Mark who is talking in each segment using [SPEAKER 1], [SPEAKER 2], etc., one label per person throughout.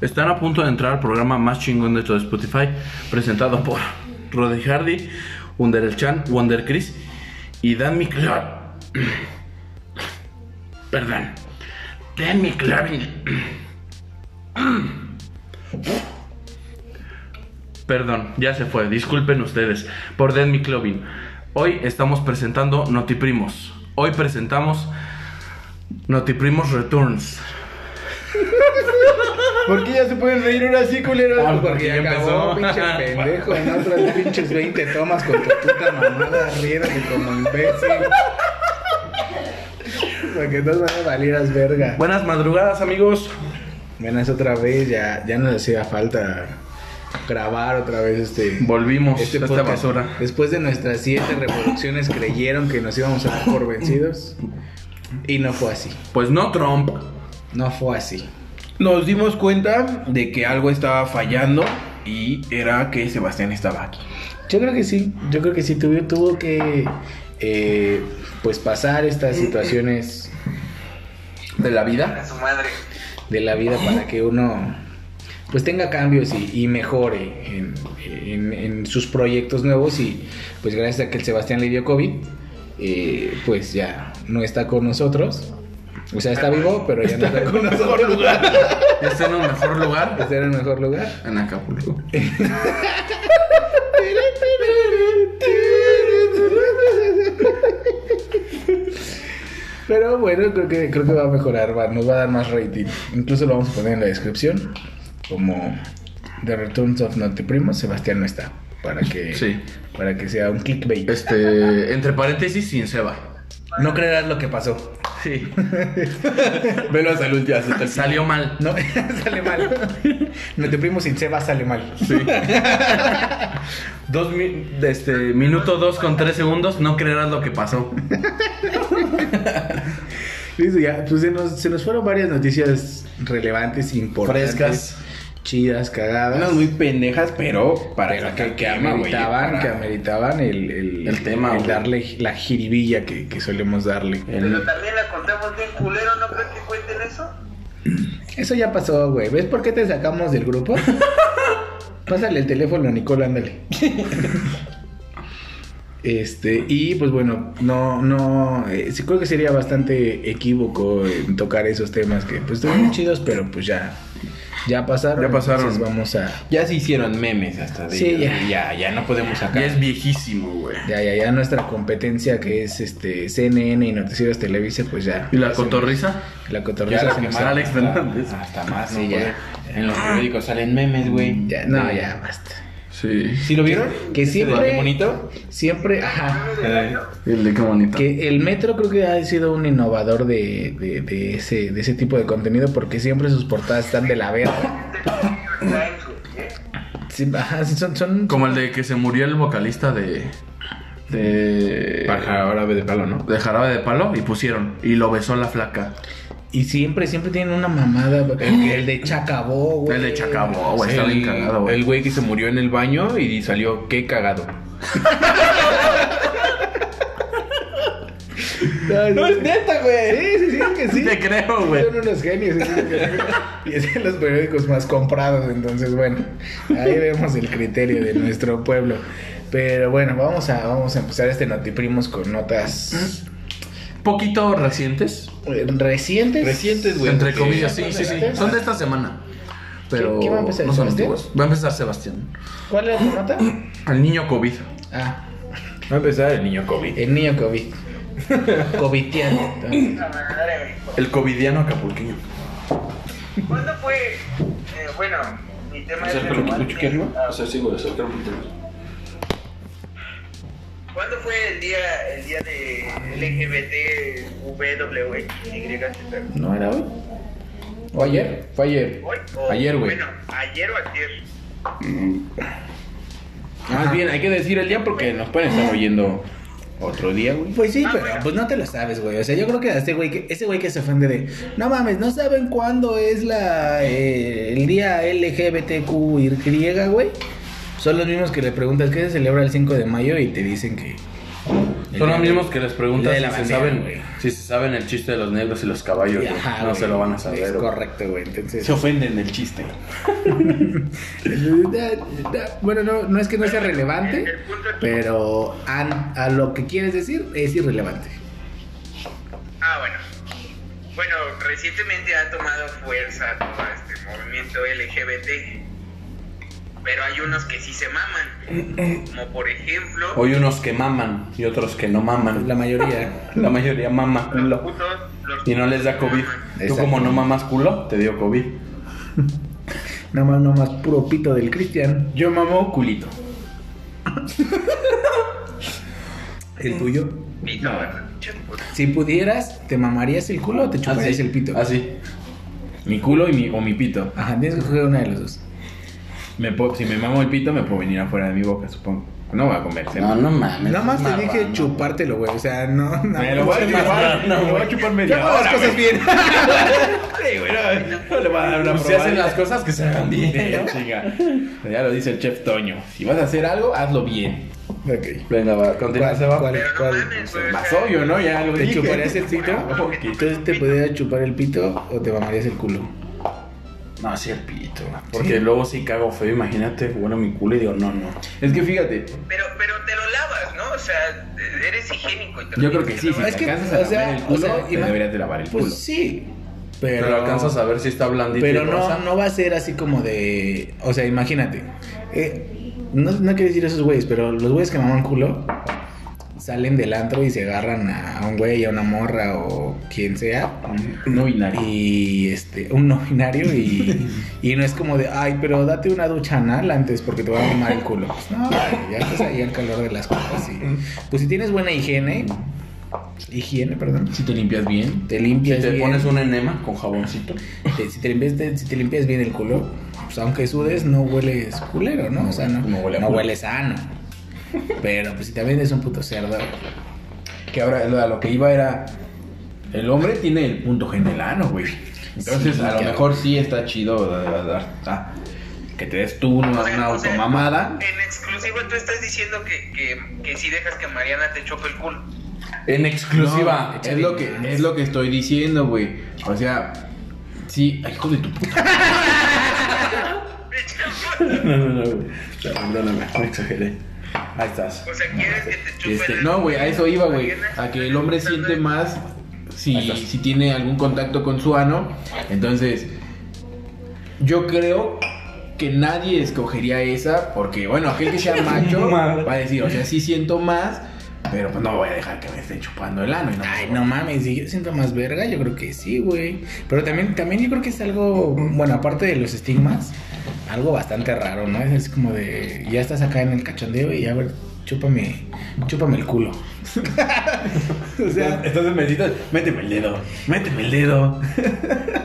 [SPEAKER 1] Están a punto de entrar al programa más chingón de todo Spotify, presentado por Roddy Hardy, Wonder El Chan, Wonder Chris y Dan McLaren. Perdón. Dan McLaren. Perdón, ya se fue. Disculpen ustedes por Dan McLovin. Hoy estamos presentando Notiprimos. Hoy presentamos Notiprimos Returns.
[SPEAKER 2] ¿Por qué ya se pueden reír ahora sí, culero?
[SPEAKER 1] Ah, porque ya empezó.
[SPEAKER 2] pinche pendejo. En otras pinches 20 tomas con tu puta mamada riéndote como imbécil. Porque no van a valieras verga.
[SPEAKER 1] Buenas madrugadas, amigos.
[SPEAKER 2] Buenas otra vez, ya, ya nos hacía falta grabar otra vez este.
[SPEAKER 1] Volvimos a esta
[SPEAKER 2] podcast.
[SPEAKER 1] basura.
[SPEAKER 2] Después de nuestras siete reproducciones creyeron que nos íbamos a dar por vencidos. Y no fue así.
[SPEAKER 1] Pues no Trump.
[SPEAKER 2] No fue así.
[SPEAKER 3] Nos dimos cuenta de que algo estaba fallando y era que Sebastián estaba aquí.
[SPEAKER 2] Yo creo que sí, yo creo que sí tuvo, tuvo que eh, pues pasar estas situaciones
[SPEAKER 3] De la vida.
[SPEAKER 4] su madre.
[SPEAKER 2] de la vida para que uno pues tenga cambios y, y mejore en, en- en sus proyectos nuevos y pues gracias a que el Sebastián le dio COVID eh, pues ya no está con nosotros. O sea, está vivo, pero ya no está con nosotros.
[SPEAKER 1] Ya está en un Este mejor lugar.
[SPEAKER 2] Está en el mejor lugar.
[SPEAKER 1] En Acapulco.
[SPEAKER 2] Pero bueno, creo que, creo que va a mejorar, va- nos va a dar más rating. Incluso lo vamos a poner en la descripción. Como The Returns of Note Primo, Sebastián no está. Para que,
[SPEAKER 1] Sí.
[SPEAKER 2] para que sea un clickbait.
[SPEAKER 1] Este, entre paréntesis, sin Seba.
[SPEAKER 2] No creerás lo que pasó.
[SPEAKER 1] Sí.
[SPEAKER 3] Velo a salud ya. se está-
[SPEAKER 1] Pues Salió mal.
[SPEAKER 2] No, sale mal. Note Primo sin Seba sale mal.
[SPEAKER 1] Sí. Dos mi- este, minuto 2 con 3 segundos, no creerás lo que pasó.
[SPEAKER 2] Listo, ya. Pues se nos, se nos fueron varias noticias relevantes, importantes.
[SPEAKER 3] Frescas.
[SPEAKER 2] Chidas, cagadas.
[SPEAKER 3] Unas muy pendejas, pero para
[SPEAKER 2] Pero
[SPEAKER 3] sacar
[SPEAKER 2] que, que
[SPEAKER 3] tema, güey,
[SPEAKER 2] ameritaban,
[SPEAKER 3] para-
[SPEAKER 2] que ameritaban el,
[SPEAKER 1] El tema,
[SPEAKER 2] el
[SPEAKER 1] güey.
[SPEAKER 2] darle la jiribilla que, que solemos darle.
[SPEAKER 4] Pero también la contamos bien culero, ¿no creen que cuenten eso?
[SPEAKER 2] Eso ya pasó, güey. ¿Ves por qué te sacamos del grupo? Pásale el teléfono a Nicole, ándale. Este, y pues bueno, no, no, eh, sí creo que sería bastante equívoco eh, tocar esos temas que pues estuvieron chidos, pero pues ya, ya pasaron.
[SPEAKER 1] Ya pasaron.
[SPEAKER 2] Entonces vamos a,
[SPEAKER 3] Ya se hicieron memes hasta de
[SPEAKER 2] Sí,
[SPEAKER 3] ellos,
[SPEAKER 2] ya.
[SPEAKER 3] y ya. ya no podemos
[SPEAKER 1] Ya
[SPEAKER 3] sacar.
[SPEAKER 1] es viejísimo, güey.
[SPEAKER 2] ya, ya, ya nuestra competencia que es este CNN y Noticieros Televisa, pues ya.
[SPEAKER 1] ¿Y la
[SPEAKER 2] ya se-
[SPEAKER 1] cotorriza?
[SPEAKER 2] La
[SPEAKER 3] Ya
[SPEAKER 2] cotorriza
[SPEAKER 3] la
[SPEAKER 2] se nos
[SPEAKER 3] quemaron
[SPEAKER 1] Alex
[SPEAKER 3] hasta-
[SPEAKER 1] Fernández.
[SPEAKER 3] Hasta más,
[SPEAKER 2] Sí, ya.
[SPEAKER 3] no
[SPEAKER 2] Ah. Mm,
[SPEAKER 3] poder. En los periódicos salen memes, güey.
[SPEAKER 2] Ya, no, ya basta.
[SPEAKER 1] Sí. Este
[SPEAKER 3] ¿Sí lo vieron?
[SPEAKER 2] Que
[SPEAKER 3] ¿Ese de
[SPEAKER 2] siempre-
[SPEAKER 3] qué bonito?
[SPEAKER 2] Siempre, ajá.
[SPEAKER 3] Eh,
[SPEAKER 1] El de qué bonito.
[SPEAKER 2] Que el metro creo que ha sido un innovador de, de, de ese, de ese tipo de contenido porque siempre sus portadas están de la verga.
[SPEAKER 4] ¿eh?
[SPEAKER 2] Sí, ajá, sí, son, son-
[SPEAKER 1] Como el de que se murió el vocalista de. de.
[SPEAKER 3] Paja, ahora ve de palo, ¿no?
[SPEAKER 1] de Jarabe de Palo y pusieron. Y lo besó la flaca.
[SPEAKER 2] Y siempre, siempre tienen una mamada. El, el de Chacabó, Oh, güey.
[SPEAKER 1] El de Chacabo, oh, güey. Está
[SPEAKER 3] el,
[SPEAKER 1] bien cagado,
[SPEAKER 3] el
[SPEAKER 1] güey.
[SPEAKER 3] güey que se murió en el baño y salió, qué cagado.
[SPEAKER 2] No, sí, sí.
[SPEAKER 3] neta, güey.
[SPEAKER 2] Sí, sí, sí, es que sí.
[SPEAKER 1] Te creo, güey.
[SPEAKER 2] Son unos genios. es lo que digo. Y es de los periódicos más comprados. Entonces, bueno, ahí vemos el criterio de nuestro pueblo. Pero bueno, vamos a, vamos a empezar este Notiprimos con notas
[SPEAKER 1] Poquito recientes.
[SPEAKER 2] eh, recientes.
[SPEAKER 3] Recientes, güey.
[SPEAKER 1] Entre
[SPEAKER 3] porque-
[SPEAKER 1] comillas, sí, sí, sí. Son de esta semana. Pero
[SPEAKER 2] ¿Qué- qué va a empezar,
[SPEAKER 1] no son
[SPEAKER 2] Sebastián?
[SPEAKER 1] antiguas. Va a empezar Sebastián.
[SPEAKER 2] ¿Cuál era tu nota?
[SPEAKER 1] El niño COVID.
[SPEAKER 2] Ah,
[SPEAKER 3] Va a empezar el niño COVID.
[SPEAKER 2] el niño COVID. Covidiano.
[SPEAKER 4] La madre, güey.
[SPEAKER 1] El covidiano acapulqueño.
[SPEAKER 4] ¿Cuándo fue? eh, bueno, mi tema es. relevante. Ah, ¿Cuándo fue el día, el día de LGBT VW
[SPEAKER 3] ¿No era hoy?
[SPEAKER 2] ¿O ayer?
[SPEAKER 3] Fue ayer.
[SPEAKER 4] ¿Hoy? o-
[SPEAKER 3] Ayer, güey.
[SPEAKER 4] Bueno, ayer o ayer.
[SPEAKER 3] Más bien, hay que decir el día porque nos pueden estar oyendo otro día, güey.
[SPEAKER 2] Pues sí,
[SPEAKER 4] Ah,
[SPEAKER 2] pero
[SPEAKER 4] bueno.
[SPEAKER 2] pues no te lo sabes, güey. O sea, yo creo que a este güey que, ese güey que se ofende de, no mames, no saben cuándo es la eh, el día LGBTQ y griega, güey. Son los mismos que le preguntas qué se celebra el 5 de mayo y te dicen que
[SPEAKER 1] Son los
[SPEAKER 2] día de-
[SPEAKER 1] mismos que les preguntas
[SPEAKER 2] el
[SPEAKER 1] si
[SPEAKER 2] día de la
[SPEAKER 1] se,
[SPEAKER 2] bandera,
[SPEAKER 1] saben,
[SPEAKER 2] güey.
[SPEAKER 1] si se saben el chiste de los negros y los caballos. güey.
[SPEAKER 2] Ajá,
[SPEAKER 1] no
[SPEAKER 2] güey.
[SPEAKER 1] se lo van a
[SPEAKER 2] Es
[SPEAKER 1] saber. güey.
[SPEAKER 2] correcto, güey. Entonces.
[SPEAKER 3] Se ofenden del chiste.
[SPEAKER 2] Da- da- Bueno, no, no es que no sea relevante, pero an- a, lo que quieres decir es irrelevante.
[SPEAKER 4] Ah, bueno. Bueno, recientemente ha tomado fuerza todo este movimiento LGBT. Pero hay unos que sí se maman. Como por ejemplo,
[SPEAKER 1] Hoy unos que maman y otros que no maman. La,
[SPEAKER 2] La mayoría.
[SPEAKER 1] mayoría mama.
[SPEAKER 4] los putos, los
[SPEAKER 1] Y no les da COVID. Tú
[SPEAKER 2] Exacto.
[SPEAKER 1] como no mamas culo, te dio COVID.
[SPEAKER 2] Nada más, nada más puro pito del Cristian.
[SPEAKER 3] Yo mamo culito.
[SPEAKER 2] ¿El tuyo?
[SPEAKER 4] pito, ¿verdad? pues,
[SPEAKER 2] Si pudieras, ¿te mamarías el culo o te chuparías el pito?
[SPEAKER 1] Así.
[SPEAKER 3] Ah, Mi culo y mi, o mi pito.
[SPEAKER 2] Ajá, tienes que escoger una de las dos.
[SPEAKER 3] Me puedo- si me mamo el pito, me puedo venir afuera de mi boca, supongo. No voy a comer. se-
[SPEAKER 1] No, no mames.
[SPEAKER 2] Nada más te
[SPEAKER 1] marrano.
[SPEAKER 2] dije chupártelo, güey. O sea, no, no.
[SPEAKER 3] Me lo voy a chupar.
[SPEAKER 1] no,
[SPEAKER 3] me lo voy
[SPEAKER 1] güey.
[SPEAKER 3] a chupar
[SPEAKER 2] Yo
[SPEAKER 3] media
[SPEAKER 2] hago las
[SPEAKER 3] hora,
[SPEAKER 2] cosas
[SPEAKER 3] güey.
[SPEAKER 2] bien.
[SPEAKER 3] Sí, güey, no, Pues no le voy a dar una
[SPEAKER 1] Si hacen
[SPEAKER 3] probada.
[SPEAKER 1] las cosas que se hagan
[SPEAKER 3] Sí,
[SPEAKER 1] bien.
[SPEAKER 3] chinga. Ya lo dice el chef Toño. Si vas a hacer algo, hazlo bien.
[SPEAKER 2] ok.
[SPEAKER 1] Venga, va, continúa,
[SPEAKER 2] ¿Cuál-
[SPEAKER 1] Seba.
[SPEAKER 2] cuál?
[SPEAKER 4] Pero no mames, güey. o
[SPEAKER 3] Más
[SPEAKER 4] sea,
[SPEAKER 3] obvio, ¿no? Ya lo
[SPEAKER 2] ¿Te
[SPEAKER 3] dije.
[SPEAKER 2] chuparías el pito?
[SPEAKER 3] Ah, ok.
[SPEAKER 2] Entonces, ¿te pudieras chupar el pito o te mamarías el culo?
[SPEAKER 1] No, sí, el pito. güey. Porque luego sí cago feo, imagínate, bueno, mi culo y digo, no, no.
[SPEAKER 3] Es que fíjate,
[SPEAKER 4] Pero, pero te lo lavas, ¿no? O sea, eres higiénico. Y te lo
[SPEAKER 3] yo creo que
[SPEAKER 4] tienes
[SPEAKER 3] sí. Si
[SPEAKER 4] lavar.
[SPEAKER 3] te
[SPEAKER 2] Es que,
[SPEAKER 3] alcanzas a
[SPEAKER 2] o
[SPEAKER 3] lavar
[SPEAKER 2] sea,
[SPEAKER 3] el culo,
[SPEAKER 2] o sea,
[SPEAKER 3] te
[SPEAKER 2] ima-
[SPEAKER 3] deberías de lavar el culo.
[SPEAKER 2] Pues sí.
[SPEAKER 1] Pero,
[SPEAKER 2] Pero,
[SPEAKER 1] alcanzas a ver si está blandito.
[SPEAKER 2] Pero
[SPEAKER 1] y
[SPEAKER 2] no,
[SPEAKER 1] rosa.
[SPEAKER 2] no va a ser así como de. O sea, imagínate. eh, no, no quiero decir esos güeyes, pero los güeyes que maman culo salen del antro y se agarran a, a un güey, a una morra o quien sea.
[SPEAKER 3] No binario.
[SPEAKER 2] Y este, un no binario y, y no es como de, ay, pero date una ducha anal antes porque te va a mamar el culo. Pues no, güey, ya estás ahí al calor de las copas. Y, pues si tienes buena higiene, higiene, perdón,
[SPEAKER 3] Si te limpias bien.
[SPEAKER 2] te limpias.
[SPEAKER 1] Si te
[SPEAKER 2] bien.
[SPEAKER 1] pones un enema con jaboncito.
[SPEAKER 2] Te- Este, si, te limpias, te- si te limpias bien el culo, pues aunque sudes, no hueles culero, ¿no? O sea, no,
[SPEAKER 3] No huele a
[SPEAKER 2] no
[SPEAKER 3] culo.
[SPEAKER 2] hueles sano. Pero pues si también es un puto cerdo.
[SPEAKER 3] Que ahora lo- a lo que iba era. El hombre tiene el punto G en el ano, güey. Entonces,
[SPEAKER 2] Sí,
[SPEAKER 3] a lo
[SPEAKER 2] claro.
[SPEAKER 3] mejor sí está chido da- da- da- da- ah, que te des tú una,
[SPEAKER 4] O sea,
[SPEAKER 3] una
[SPEAKER 4] o sea,
[SPEAKER 3] automamada.
[SPEAKER 4] En exclusivo tú estás diciendo que, que, que si dejas que Mariana te choque el culo.
[SPEAKER 1] En
[SPEAKER 3] No,
[SPEAKER 1] exclusiva.
[SPEAKER 3] es, lo que, es lo que estoy diciendo, güey. O sea, sí. Ay, hijo de tu puta.
[SPEAKER 1] No, no, no, güey. Perdóname, me exageré. Ahí estás.
[SPEAKER 4] O sea, quieres que te chupe
[SPEAKER 3] Este,
[SPEAKER 4] el
[SPEAKER 3] no, güey, a eso iba, güey.
[SPEAKER 4] Mariana,
[SPEAKER 3] A que el hombre siente más
[SPEAKER 1] Ahí
[SPEAKER 3] si,
[SPEAKER 1] estás.
[SPEAKER 3] si tiene algún contacto con su ano. Entonces, yo creo que nadie escogería esa porque, bueno, aquel que sea macho
[SPEAKER 1] Madre.
[SPEAKER 3] va a decir, o sea, sí siento más, pero pues no voy a dejar que me esté chupando el ano. y no me
[SPEAKER 2] Ay,
[SPEAKER 3] voy a
[SPEAKER 2] no mames, si yo siento más verga, yo creo que sí, güey. Pero también, también yo creo que es algo, bueno, aparte de los estigmas, algo bastante raro, ¿no? Es así como de, ya estás acá en el cachondeo y a ver, chúpame, chúpame el culo. o sea,
[SPEAKER 3] Entonces me dices, méteme el dedo, méteme el dedo,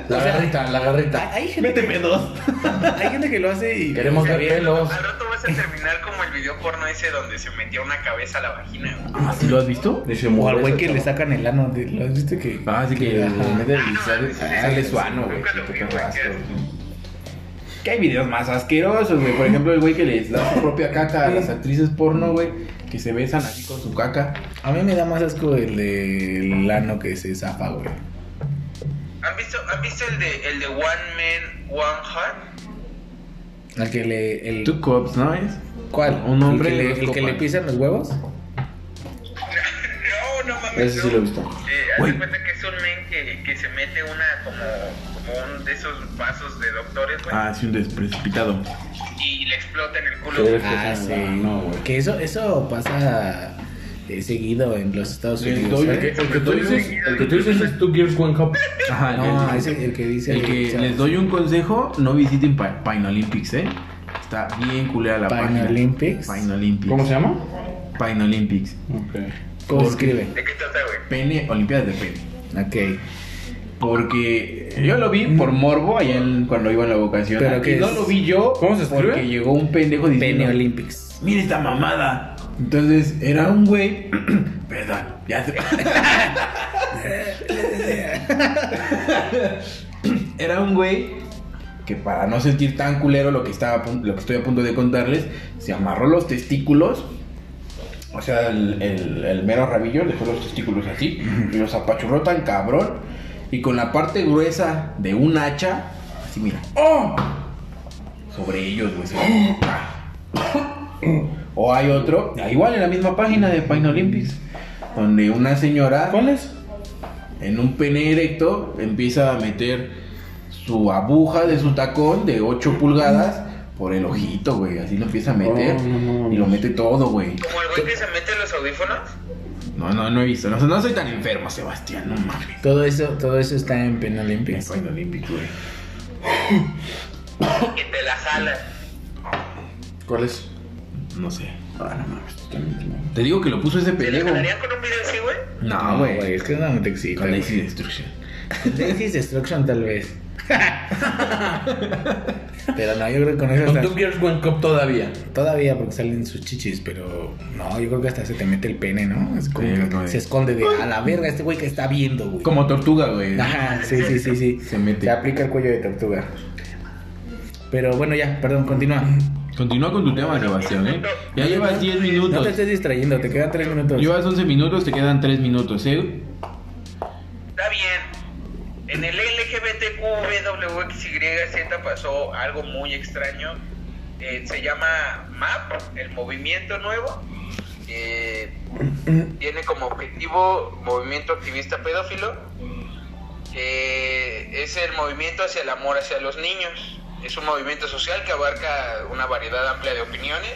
[SPEAKER 1] La
[SPEAKER 2] O sea,
[SPEAKER 1] garrita, la garrita.
[SPEAKER 2] hay gente,
[SPEAKER 3] méteme dos.
[SPEAKER 2] hay gente que lo hace y...
[SPEAKER 1] Queremos ver pelos.
[SPEAKER 4] Al rato vas a terminar como el video porno ese donde se metió una cabeza a la vagina. güey.
[SPEAKER 3] Ah, ¿sí lo has visto?
[SPEAKER 1] Dice,
[SPEAKER 2] O al güey
[SPEAKER 1] "Mujer,
[SPEAKER 2] que le
[SPEAKER 1] ese
[SPEAKER 2] sacan el ano, de- ¿lo has visto que?
[SPEAKER 3] Ah, así que
[SPEAKER 2] Ajá.
[SPEAKER 3] le meten
[SPEAKER 4] Ah,
[SPEAKER 3] y
[SPEAKER 4] no,
[SPEAKER 3] sale,
[SPEAKER 4] sí, sí,
[SPEAKER 3] sale
[SPEAKER 4] sí,
[SPEAKER 3] pues, su ano, güey.
[SPEAKER 4] nunca lo
[SPEAKER 3] Qué
[SPEAKER 4] vi,
[SPEAKER 3] puto
[SPEAKER 4] güey,
[SPEAKER 3] asco.
[SPEAKER 4] qué asco.
[SPEAKER 3] Que hay videos más asquerosos, güey. Por ejemplo, el güey que les da su propia caca a las actrices porno, güey. Que se besan así con su caca.
[SPEAKER 2] A mí me da más asco el del ano que se zafa, güey.
[SPEAKER 4] ¿Han visto, ¿Han visto el de, el de One Man, One Heart?
[SPEAKER 2] Al que le... El,
[SPEAKER 3] Two cups, ¿no es?
[SPEAKER 2] ¿Cuál?
[SPEAKER 3] Un hombre
[SPEAKER 2] ¿El que,
[SPEAKER 3] y
[SPEAKER 2] le,
[SPEAKER 3] dos
[SPEAKER 2] el que le
[SPEAKER 3] copas.
[SPEAKER 2] pisan los huevos?
[SPEAKER 4] No, no mames.
[SPEAKER 1] Ese sí
[SPEAKER 4] no.
[SPEAKER 1] lo he visto.
[SPEAKER 4] Eh, haz
[SPEAKER 3] Güey.
[SPEAKER 4] de cuenta que es un men que, que se mete una como, como un de esos vasos de doctores, güey,
[SPEAKER 3] Ah, sí, un desprecipitado.
[SPEAKER 4] y le explota en el culo.
[SPEAKER 1] Sí.
[SPEAKER 2] Ah, sí.
[SPEAKER 1] No, güey.
[SPEAKER 2] que eso, eso pasa eh, seguido en los Estados
[SPEAKER 3] El
[SPEAKER 2] Unidos.
[SPEAKER 3] doy-
[SPEAKER 2] ¿eh?
[SPEAKER 1] El que, el que tú dices, el que tú dices es Two Gears One Cup.
[SPEAKER 3] Ajá,
[SPEAKER 2] No,
[SPEAKER 3] el,
[SPEAKER 2] es el, el que dice...
[SPEAKER 3] el que les doy un consejo, no visiten Pa- Pine Olympics, ¿eh? Está bien culera la
[SPEAKER 2] Pine
[SPEAKER 3] página.
[SPEAKER 2] Olympics.
[SPEAKER 3] Pine Olympics.
[SPEAKER 1] ¿Cómo se llama?
[SPEAKER 3] Pine Olympics.
[SPEAKER 1] Ok.
[SPEAKER 2] ¿Cómo se
[SPEAKER 3] Porque-
[SPEAKER 2] escribe?
[SPEAKER 4] ¿De qué trata, güey?
[SPEAKER 3] Pene, Olimpiadas de Pene.
[SPEAKER 2] Ok.
[SPEAKER 3] Porque yo lo vi por
[SPEAKER 1] Mm.
[SPEAKER 3] morbo allá en- cuando iba en la vocación.
[SPEAKER 2] ¿Pero qué
[SPEAKER 3] Y no
[SPEAKER 2] es?
[SPEAKER 3] lo vi yo.
[SPEAKER 1] ¿Cómo se escribe?
[SPEAKER 3] Porque llegó un pendejo diciendo.
[SPEAKER 2] Pene Olympics.
[SPEAKER 3] Mira esta mamada. Entonces era un güey. Perdón, ya se. era un güey que para no sentir tan culero lo que estaba a pun- lo que estoy a punto de contarles, se amarró los testículos O sea, el, el- el mero rabillo dejó los testículos así, y los apachurró tan cabrón, y con la parte gruesa de un hacha, así mira, ¡oh! Sobre ellos, güey. sobre- O hay otro, igual en la misma página de Pine Olympics, donde una señora
[SPEAKER 1] ¿Cuál es?
[SPEAKER 3] en un pene erecto empieza a meter su aguja de su tacón de 8 pulgadas por el ojito, güey. Así lo empieza a meter
[SPEAKER 1] Oh, no, no, no.
[SPEAKER 3] y lo mete todo, güey.
[SPEAKER 4] Como el güey que se mete los audífonos.
[SPEAKER 3] No, no, no he visto. No, no soy tan enfermo, Sebastián. No mames.
[SPEAKER 2] Todo eso, todo eso está en Pena
[SPEAKER 3] En
[SPEAKER 2] Olympics.
[SPEAKER 3] Final Olympic, güey.
[SPEAKER 4] Que te la jala.
[SPEAKER 1] ¿Cuál es?
[SPEAKER 3] No sé. Ah, no mames. totalmente. Te digo que lo puso ese
[SPEAKER 4] ¿Te la
[SPEAKER 3] pelego.
[SPEAKER 4] jalarían con un video así, güey?
[SPEAKER 3] No, güey.
[SPEAKER 2] Es que no no te excita.
[SPEAKER 3] Con
[SPEAKER 2] güey.
[SPEAKER 3] Lazy Destruction.
[SPEAKER 2] Daisy Destruction tal vez. pero no, yo creo que con eso hasta-
[SPEAKER 1] ¿Tú quieres buen cop todavía?
[SPEAKER 2] Todavía porque salen sus chichis, pero no, yo creo que hasta se te mete el pene, ¿no? Es como
[SPEAKER 3] Sí, eh.
[SPEAKER 2] que
[SPEAKER 3] güey.
[SPEAKER 2] se esconde de a la verga este güey que está viendo, güey.
[SPEAKER 3] Como tortuga, güey.
[SPEAKER 2] Ajá, sí, sí, sí, sí.
[SPEAKER 3] Se mete.
[SPEAKER 2] Se aplica el cuello de tortuga. Pero bueno, ya, perdón, continúa.
[SPEAKER 3] Continúa con tu tema, Sebastián, ¿eh? Ya llevas 10
[SPEAKER 2] No te
[SPEAKER 3] minutos.
[SPEAKER 2] estés distrayendo, te quedan tres minutos.
[SPEAKER 3] Llevas 11 minutos, te quedan 3 minutos, ¿eh?
[SPEAKER 4] Está bien. En el LGBTQVWXYZ pasó algo muy extraño. Eh, se llama MAP, el movimiento nuevo. Eh, tiene como objetivo movimiento activista pedófilo. Eh, es el movimiento hacia el amor hacia los niños. Es un movimiento social que abarca una variedad amplia de opiniones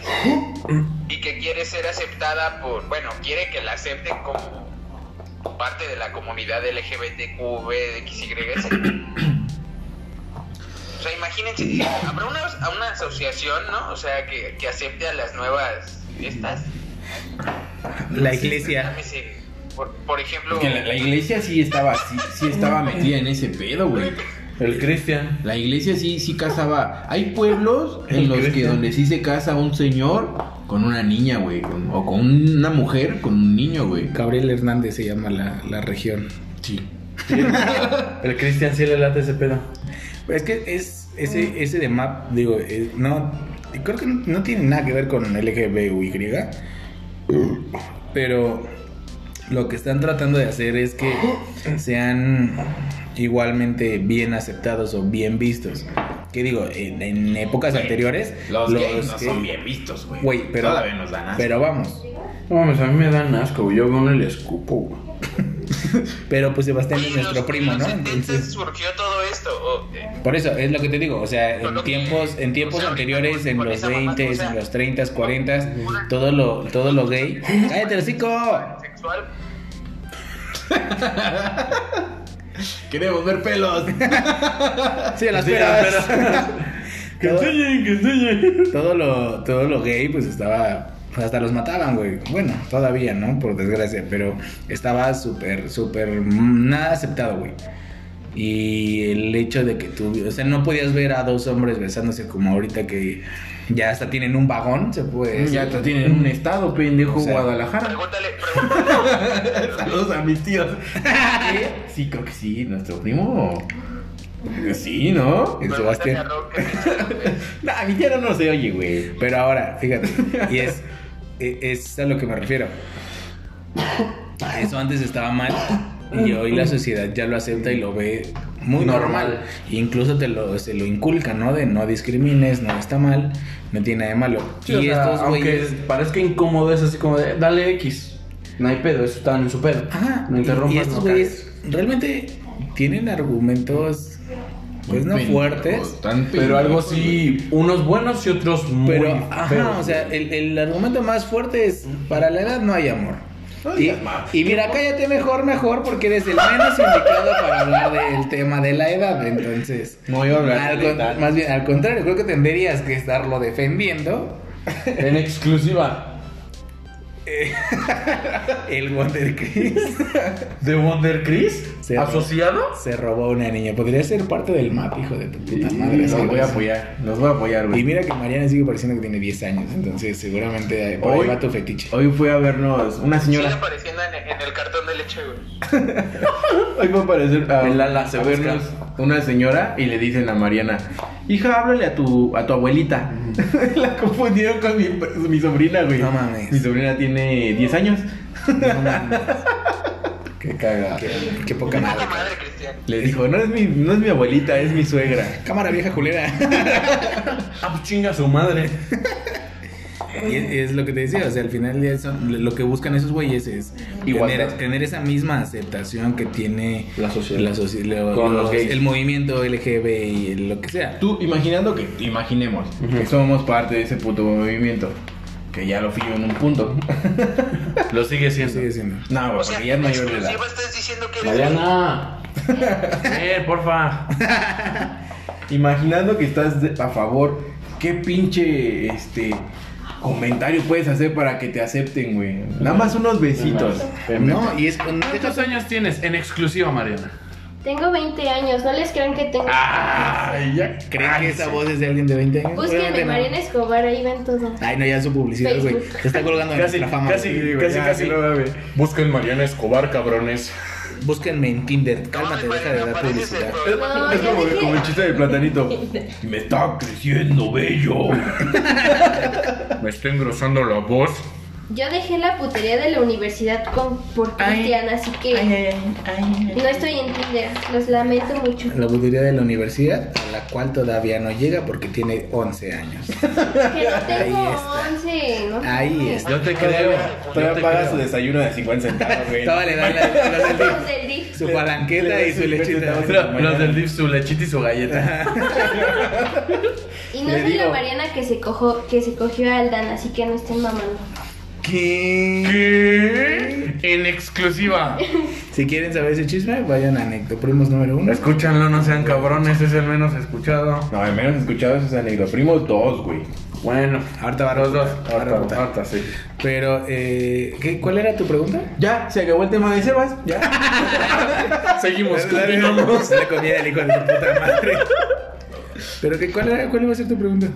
[SPEAKER 4] y que quiere ser aceptada por, bueno, quiere que la acepten como parte de la comunidad LGBTQVXYZ. O sea, imagínense, habrá una, a una asociación, ¿no? O sea, que, que acepte a las nuevas estas.
[SPEAKER 2] La iglesia.
[SPEAKER 4] Llámese, Por, por ejemplo,
[SPEAKER 3] Porque la, la iglesia sí estaba, sí, sí estaba metida en ese pedo, güey.
[SPEAKER 1] El Cristian.
[SPEAKER 3] La iglesia sí, sí casaba. Hay pueblos en los que donde sí se casa un señor con una niña, güey. con- o con una mujer con un niño, güey.
[SPEAKER 2] Gabriel Hernández se llama la, la región.
[SPEAKER 3] Sí.
[SPEAKER 1] El Cristian sí le late ese pedo.
[SPEAKER 2] Pero es que es ese, ese de map, digo, eh, no, creo que no, no tiene nada que ver con LGBTY, pero lo que están tratando de hacer es que sean igualmente bien aceptados o bien vistos. Que digo, en, en épocas anteriores,
[SPEAKER 3] Los, gays no
[SPEAKER 2] que-
[SPEAKER 3] son bien vistos, güey.
[SPEAKER 2] Güey, pero,
[SPEAKER 3] Todavía nos dan asco.
[SPEAKER 2] pero vamos.
[SPEAKER 1] No mames, a mí me dan asco, güey. Yo veo uno y le escupo, güey.
[SPEAKER 2] Pero pues Sebastián
[SPEAKER 4] oye,
[SPEAKER 2] es
[SPEAKER 4] en
[SPEAKER 2] nuestro
[SPEAKER 4] los-
[SPEAKER 2] primo,
[SPEAKER 4] en
[SPEAKER 2] ¿no?
[SPEAKER 4] los 70
[SPEAKER 2] Entonces-
[SPEAKER 4] surgió todo esto. o, eh,
[SPEAKER 2] Por eso, es lo que te digo, o sea,
[SPEAKER 4] Con
[SPEAKER 2] en
[SPEAKER 4] lo que-
[SPEAKER 2] tiempos, en tiempos
[SPEAKER 4] o sea, ahorita
[SPEAKER 2] anteriores,
[SPEAKER 4] con-
[SPEAKER 2] en
[SPEAKER 4] con
[SPEAKER 2] los
[SPEAKER 4] esa mamá,
[SPEAKER 2] 20,
[SPEAKER 4] o sea,
[SPEAKER 2] en los 30, 40, todo lo, todo lo gay. ¡Cállate, el hocico!
[SPEAKER 4] sexual.
[SPEAKER 3] Queremos ver pelos.
[SPEAKER 2] Sí, las
[SPEAKER 1] Sí,
[SPEAKER 2] peras.
[SPEAKER 1] Que
[SPEAKER 2] Todo-
[SPEAKER 1] enseñen, que enseñen.
[SPEAKER 2] Todo lo, todo lo gay, pues estaba. Hasta los mataban, güey. Bueno, todavía, ¿no? Por desgracia, pero estaba súper, súper. Nada aceptado, güey. Y el hecho de que tú. O sea, no podías ver a dos hombres besándose como ahorita que ya hasta tienen un vagón, se puede decir.
[SPEAKER 3] Mm, ya te tienen un estado, pendejo,
[SPEAKER 2] Mm. O sea,
[SPEAKER 3] Guadalajara.
[SPEAKER 4] Pregúntale, pregúntale.
[SPEAKER 3] Saludos a mis tíos. sí, creo que sí, nuestro primo. Sí, ¿no?
[SPEAKER 2] El
[SPEAKER 4] pregúntale a
[SPEAKER 2] Sebastián.
[SPEAKER 4] Rob que eh, dice,
[SPEAKER 3] No, a mi tía no se oye, güey.
[SPEAKER 2] Pero ahora, fíjate, y es, e- es a lo que me refiero. Eso antes estaba mal y hoy la sociedad ya lo acepta y lo ve muy normal.
[SPEAKER 3] Normal.
[SPEAKER 2] Incluso te lo, se lo inculca, ¿no? De no discrimines, no está mal, no tiene nada de malo.
[SPEAKER 1] Sí,
[SPEAKER 2] y
[SPEAKER 1] o sea,
[SPEAKER 2] estos
[SPEAKER 1] aunque
[SPEAKER 2] güeyes...
[SPEAKER 1] parezca incómodo, es así como de, dale X. No hay pedo, eso estaban en su pedo.
[SPEAKER 2] Ajá,
[SPEAKER 1] no interrumpas,
[SPEAKER 2] y estos
[SPEAKER 1] no
[SPEAKER 2] güeyes
[SPEAKER 1] cagues.
[SPEAKER 2] realmente tienen argumentos, pues no fuertes.
[SPEAKER 1] Pero algo sí, unos buenos y otros muy
[SPEAKER 2] Pero, ajá,
[SPEAKER 1] feos.
[SPEAKER 2] o sea, el, el argumento más fuerte es, para la edad no hay amor.
[SPEAKER 3] No
[SPEAKER 2] Y,
[SPEAKER 3] digas más.
[SPEAKER 2] y mira, cállate mejor, mejor, porque eres el menos indicado para hablar del tema de la edad, entonces...
[SPEAKER 3] No iba a hablar.
[SPEAKER 2] al
[SPEAKER 3] de
[SPEAKER 2] con-
[SPEAKER 3] tal.
[SPEAKER 2] más bien, al contrario, creo que tendrías que estarlo defendiendo.
[SPEAKER 1] En exclusiva.
[SPEAKER 2] El Wonder Chris.
[SPEAKER 1] ¿De Wonder Chris?
[SPEAKER 2] Sí, Se ro-
[SPEAKER 1] ¿Asociado?
[SPEAKER 2] Se robó una niña. Podría ser parte del mapa, hijo de tu puta madre.
[SPEAKER 3] Los
[SPEAKER 2] Sí,
[SPEAKER 3] voy a
[SPEAKER 2] güey.
[SPEAKER 3] apoyar, los voy a apoyar,
[SPEAKER 2] Y
[SPEAKER 3] güey.
[SPEAKER 2] mira que Mariana sigue pareciendo que tiene 10 años. Entonces, seguramente eh, por
[SPEAKER 3] Hoy-
[SPEAKER 2] ahí va tu fetiche.
[SPEAKER 3] Hoy fue a vernos una
[SPEAKER 4] Sigue
[SPEAKER 3] señora.
[SPEAKER 4] apareciendo en, en el cartón de leche, güey.
[SPEAKER 3] Hoy fue a aparecer a,
[SPEAKER 1] El Lala se
[SPEAKER 3] a
[SPEAKER 1] busca.
[SPEAKER 3] vernos una señora y le dicen a Mariana, hija, háblale a tu a tu abuelita. La confundieron con mi, mi sobrina, güey.
[SPEAKER 2] No mames.
[SPEAKER 3] Mi sobrina tiene 10 años.
[SPEAKER 2] No mames. Qué caga. Qué, qué poca
[SPEAKER 4] Puta
[SPEAKER 2] madre.
[SPEAKER 4] madre, Cristian.
[SPEAKER 3] Le dijo, no es mi no es mi abuelita, es mi suegra.
[SPEAKER 2] Cámara vieja culera.
[SPEAKER 1] Ah, pues chinga su madre.
[SPEAKER 2] Y es, es lo que te decía, o sea, al final del día son- lo que buscan esos güeyes es
[SPEAKER 3] Igualdad.
[SPEAKER 2] tener, tener esa misma aceptación que tiene
[SPEAKER 1] La sociedad.
[SPEAKER 2] la soci- lo-
[SPEAKER 1] Con los
[SPEAKER 2] los-
[SPEAKER 1] gays.
[SPEAKER 2] el movimiento LGB y el- lo que sea.
[SPEAKER 3] Tú imaginando que imaginemos que somos parte de ese puto movimiento, que ya lo fui yo en un punto.
[SPEAKER 1] Lo sigue siendo.
[SPEAKER 2] Sigue siendo.
[SPEAKER 3] no, güey,
[SPEAKER 4] O sea,
[SPEAKER 3] porque ya es mayor de edad.
[SPEAKER 4] exclusiva estás diciendo que eres
[SPEAKER 1] Mariana. Eh, porfa.
[SPEAKER 3] Imaginando que estás de- a favor, ¿qué pinche este comentario puedes hacer para que te acepten, güey? Nada más unos besitos.
[SPEAKER 2] No, y es
[SPEAKER 1] ¿Cuántos años tienes en exclusiva, Mariana?
[SPEAKER 5] Tengo 20 años, no les crean que tengo.
[SPEAKER 2] Ah,
[SPEAKER 1] Ay, ya.
[SPEAKER 2] ¿Creen que esa voz es de alguien de 20 años? Obviamente
[SPEAKER 5] Búsquenme,
[SPEAKER 2] no.
[SPEAKER 5] Mariana Escobar, ahí ven todo.
[SPEAKER 2] Ay, no, ya su publicidad, güey.
[SPEAKER 5] Facebook.
[SPEAKER 2] Se está colgando
[SPEAKER 1] Casi,
[SPEAKER 2] en la fama.
[SPEAKER 1] casi,
[SPEAKER 2] güey.
[SPEAKER 1] casi,
[SPEAKER 3] Ya,
[SPEAKER 1] casi.
[SPEAKER 3] que no mames.
[SPEAKER 1] Busquen Mariana Escobar, cabrones.
[SPEAKER 2] Búsquenme en Tinder.
[SPEAKER 4] No,
[SPEAKER 2] Cálmate,
[SPEAKER 4] me
[SPEAKER 2] deja de dar
[SPEAKER 4] apareces en
[SPEAKER 2] publicidad.
[SPEAKER 4] todo.
[SPEAKER 5] No,
[SPEAKER 3] es
[SPEAKER 5] ya
[SPEAKER 3] como,
[SPEAKER 5] dije-
[SPEAKER 3] como el chiste de platanito. Me está creciendo bello.
[SPEAKER 1] Me está engrosando la voz.
[SPEAKER 5] Yo dejé la putería de la universidad con, por Cristian, así que no estoy en Tinder, los lamento mucho.
[SPEAKER 2] La budería de la universidad, a la cual todavía no llega porque tiene 11 años.
[SPEAKER 5] Que no tengo
[SPEAKER 2] Ahí está.
[SPEAKER 5] 11, ¿no?
[SPEAKER 2] Ahí
[SPEAKER 5] sé.
[SPEAKER 2] está.
[SPEAKER 1] Yo te creo. Yo te
[SPEAKER 3] Todavía paga
[SPEAKER 1] creo.
[SPEAKER 3] su desayuno de 50 centavos, güey.
[SPEAKER 2] Estaba le dan la- los del DIF,
[SPEAKER 5] Los del DIF.
[SPEAKER 2] su palanqueta y su lechita.
[SPEAKER 1] Pero Los del DIF, su lechita y su galleta.
[SPEAKER 5] Y no
[SPEAKER 3] Le
[SPEAKER 5] soy la
[SPEAKER 3] digo.
[SPEAKER 5] Mariana que se, cojo, que se cogió a Aldan, así que no estén mamando.
[SPEAKER 2] ¿Qué?
[SPEAKER 1] ¿Qué? En exclusiva.
[SPEAKER 2] Si quieren saber ese chisme, vayan a Nectoprimos número uno.
[SPEAKER 1] Escúchanlo, no sean cabrones, es el menos escuchado.
[SPEAKER 3] No, al menos escuchado esos anécdotas. Primos dos, güey.
[SPEAKER 1] Bueno,
[SPEAKER 2] Ahorita va a
[SPEAKER 1] los dos.
[SPEAKER 2] rebotar, va a
[SPEAKER 1] Ahorita,
[SPEAKER 2] rebotar.
[SPEAKER 1] ahorita, sí.
[SPEAKER 2] Pero, eh, ¿qué, ¿cuál era tu pregunta?
[SPEAKER 3] Ya, se acabó el tema de Sebas. Ya.
[SPEAKER 2] Pues
[SPEAKER 1] Seguimos, continuamos.
[SPEAKER 2] La comida del hijo de su puta madre. Pero, ¿qué, cuál, era, ¿cuál iba a ser tu pregunta?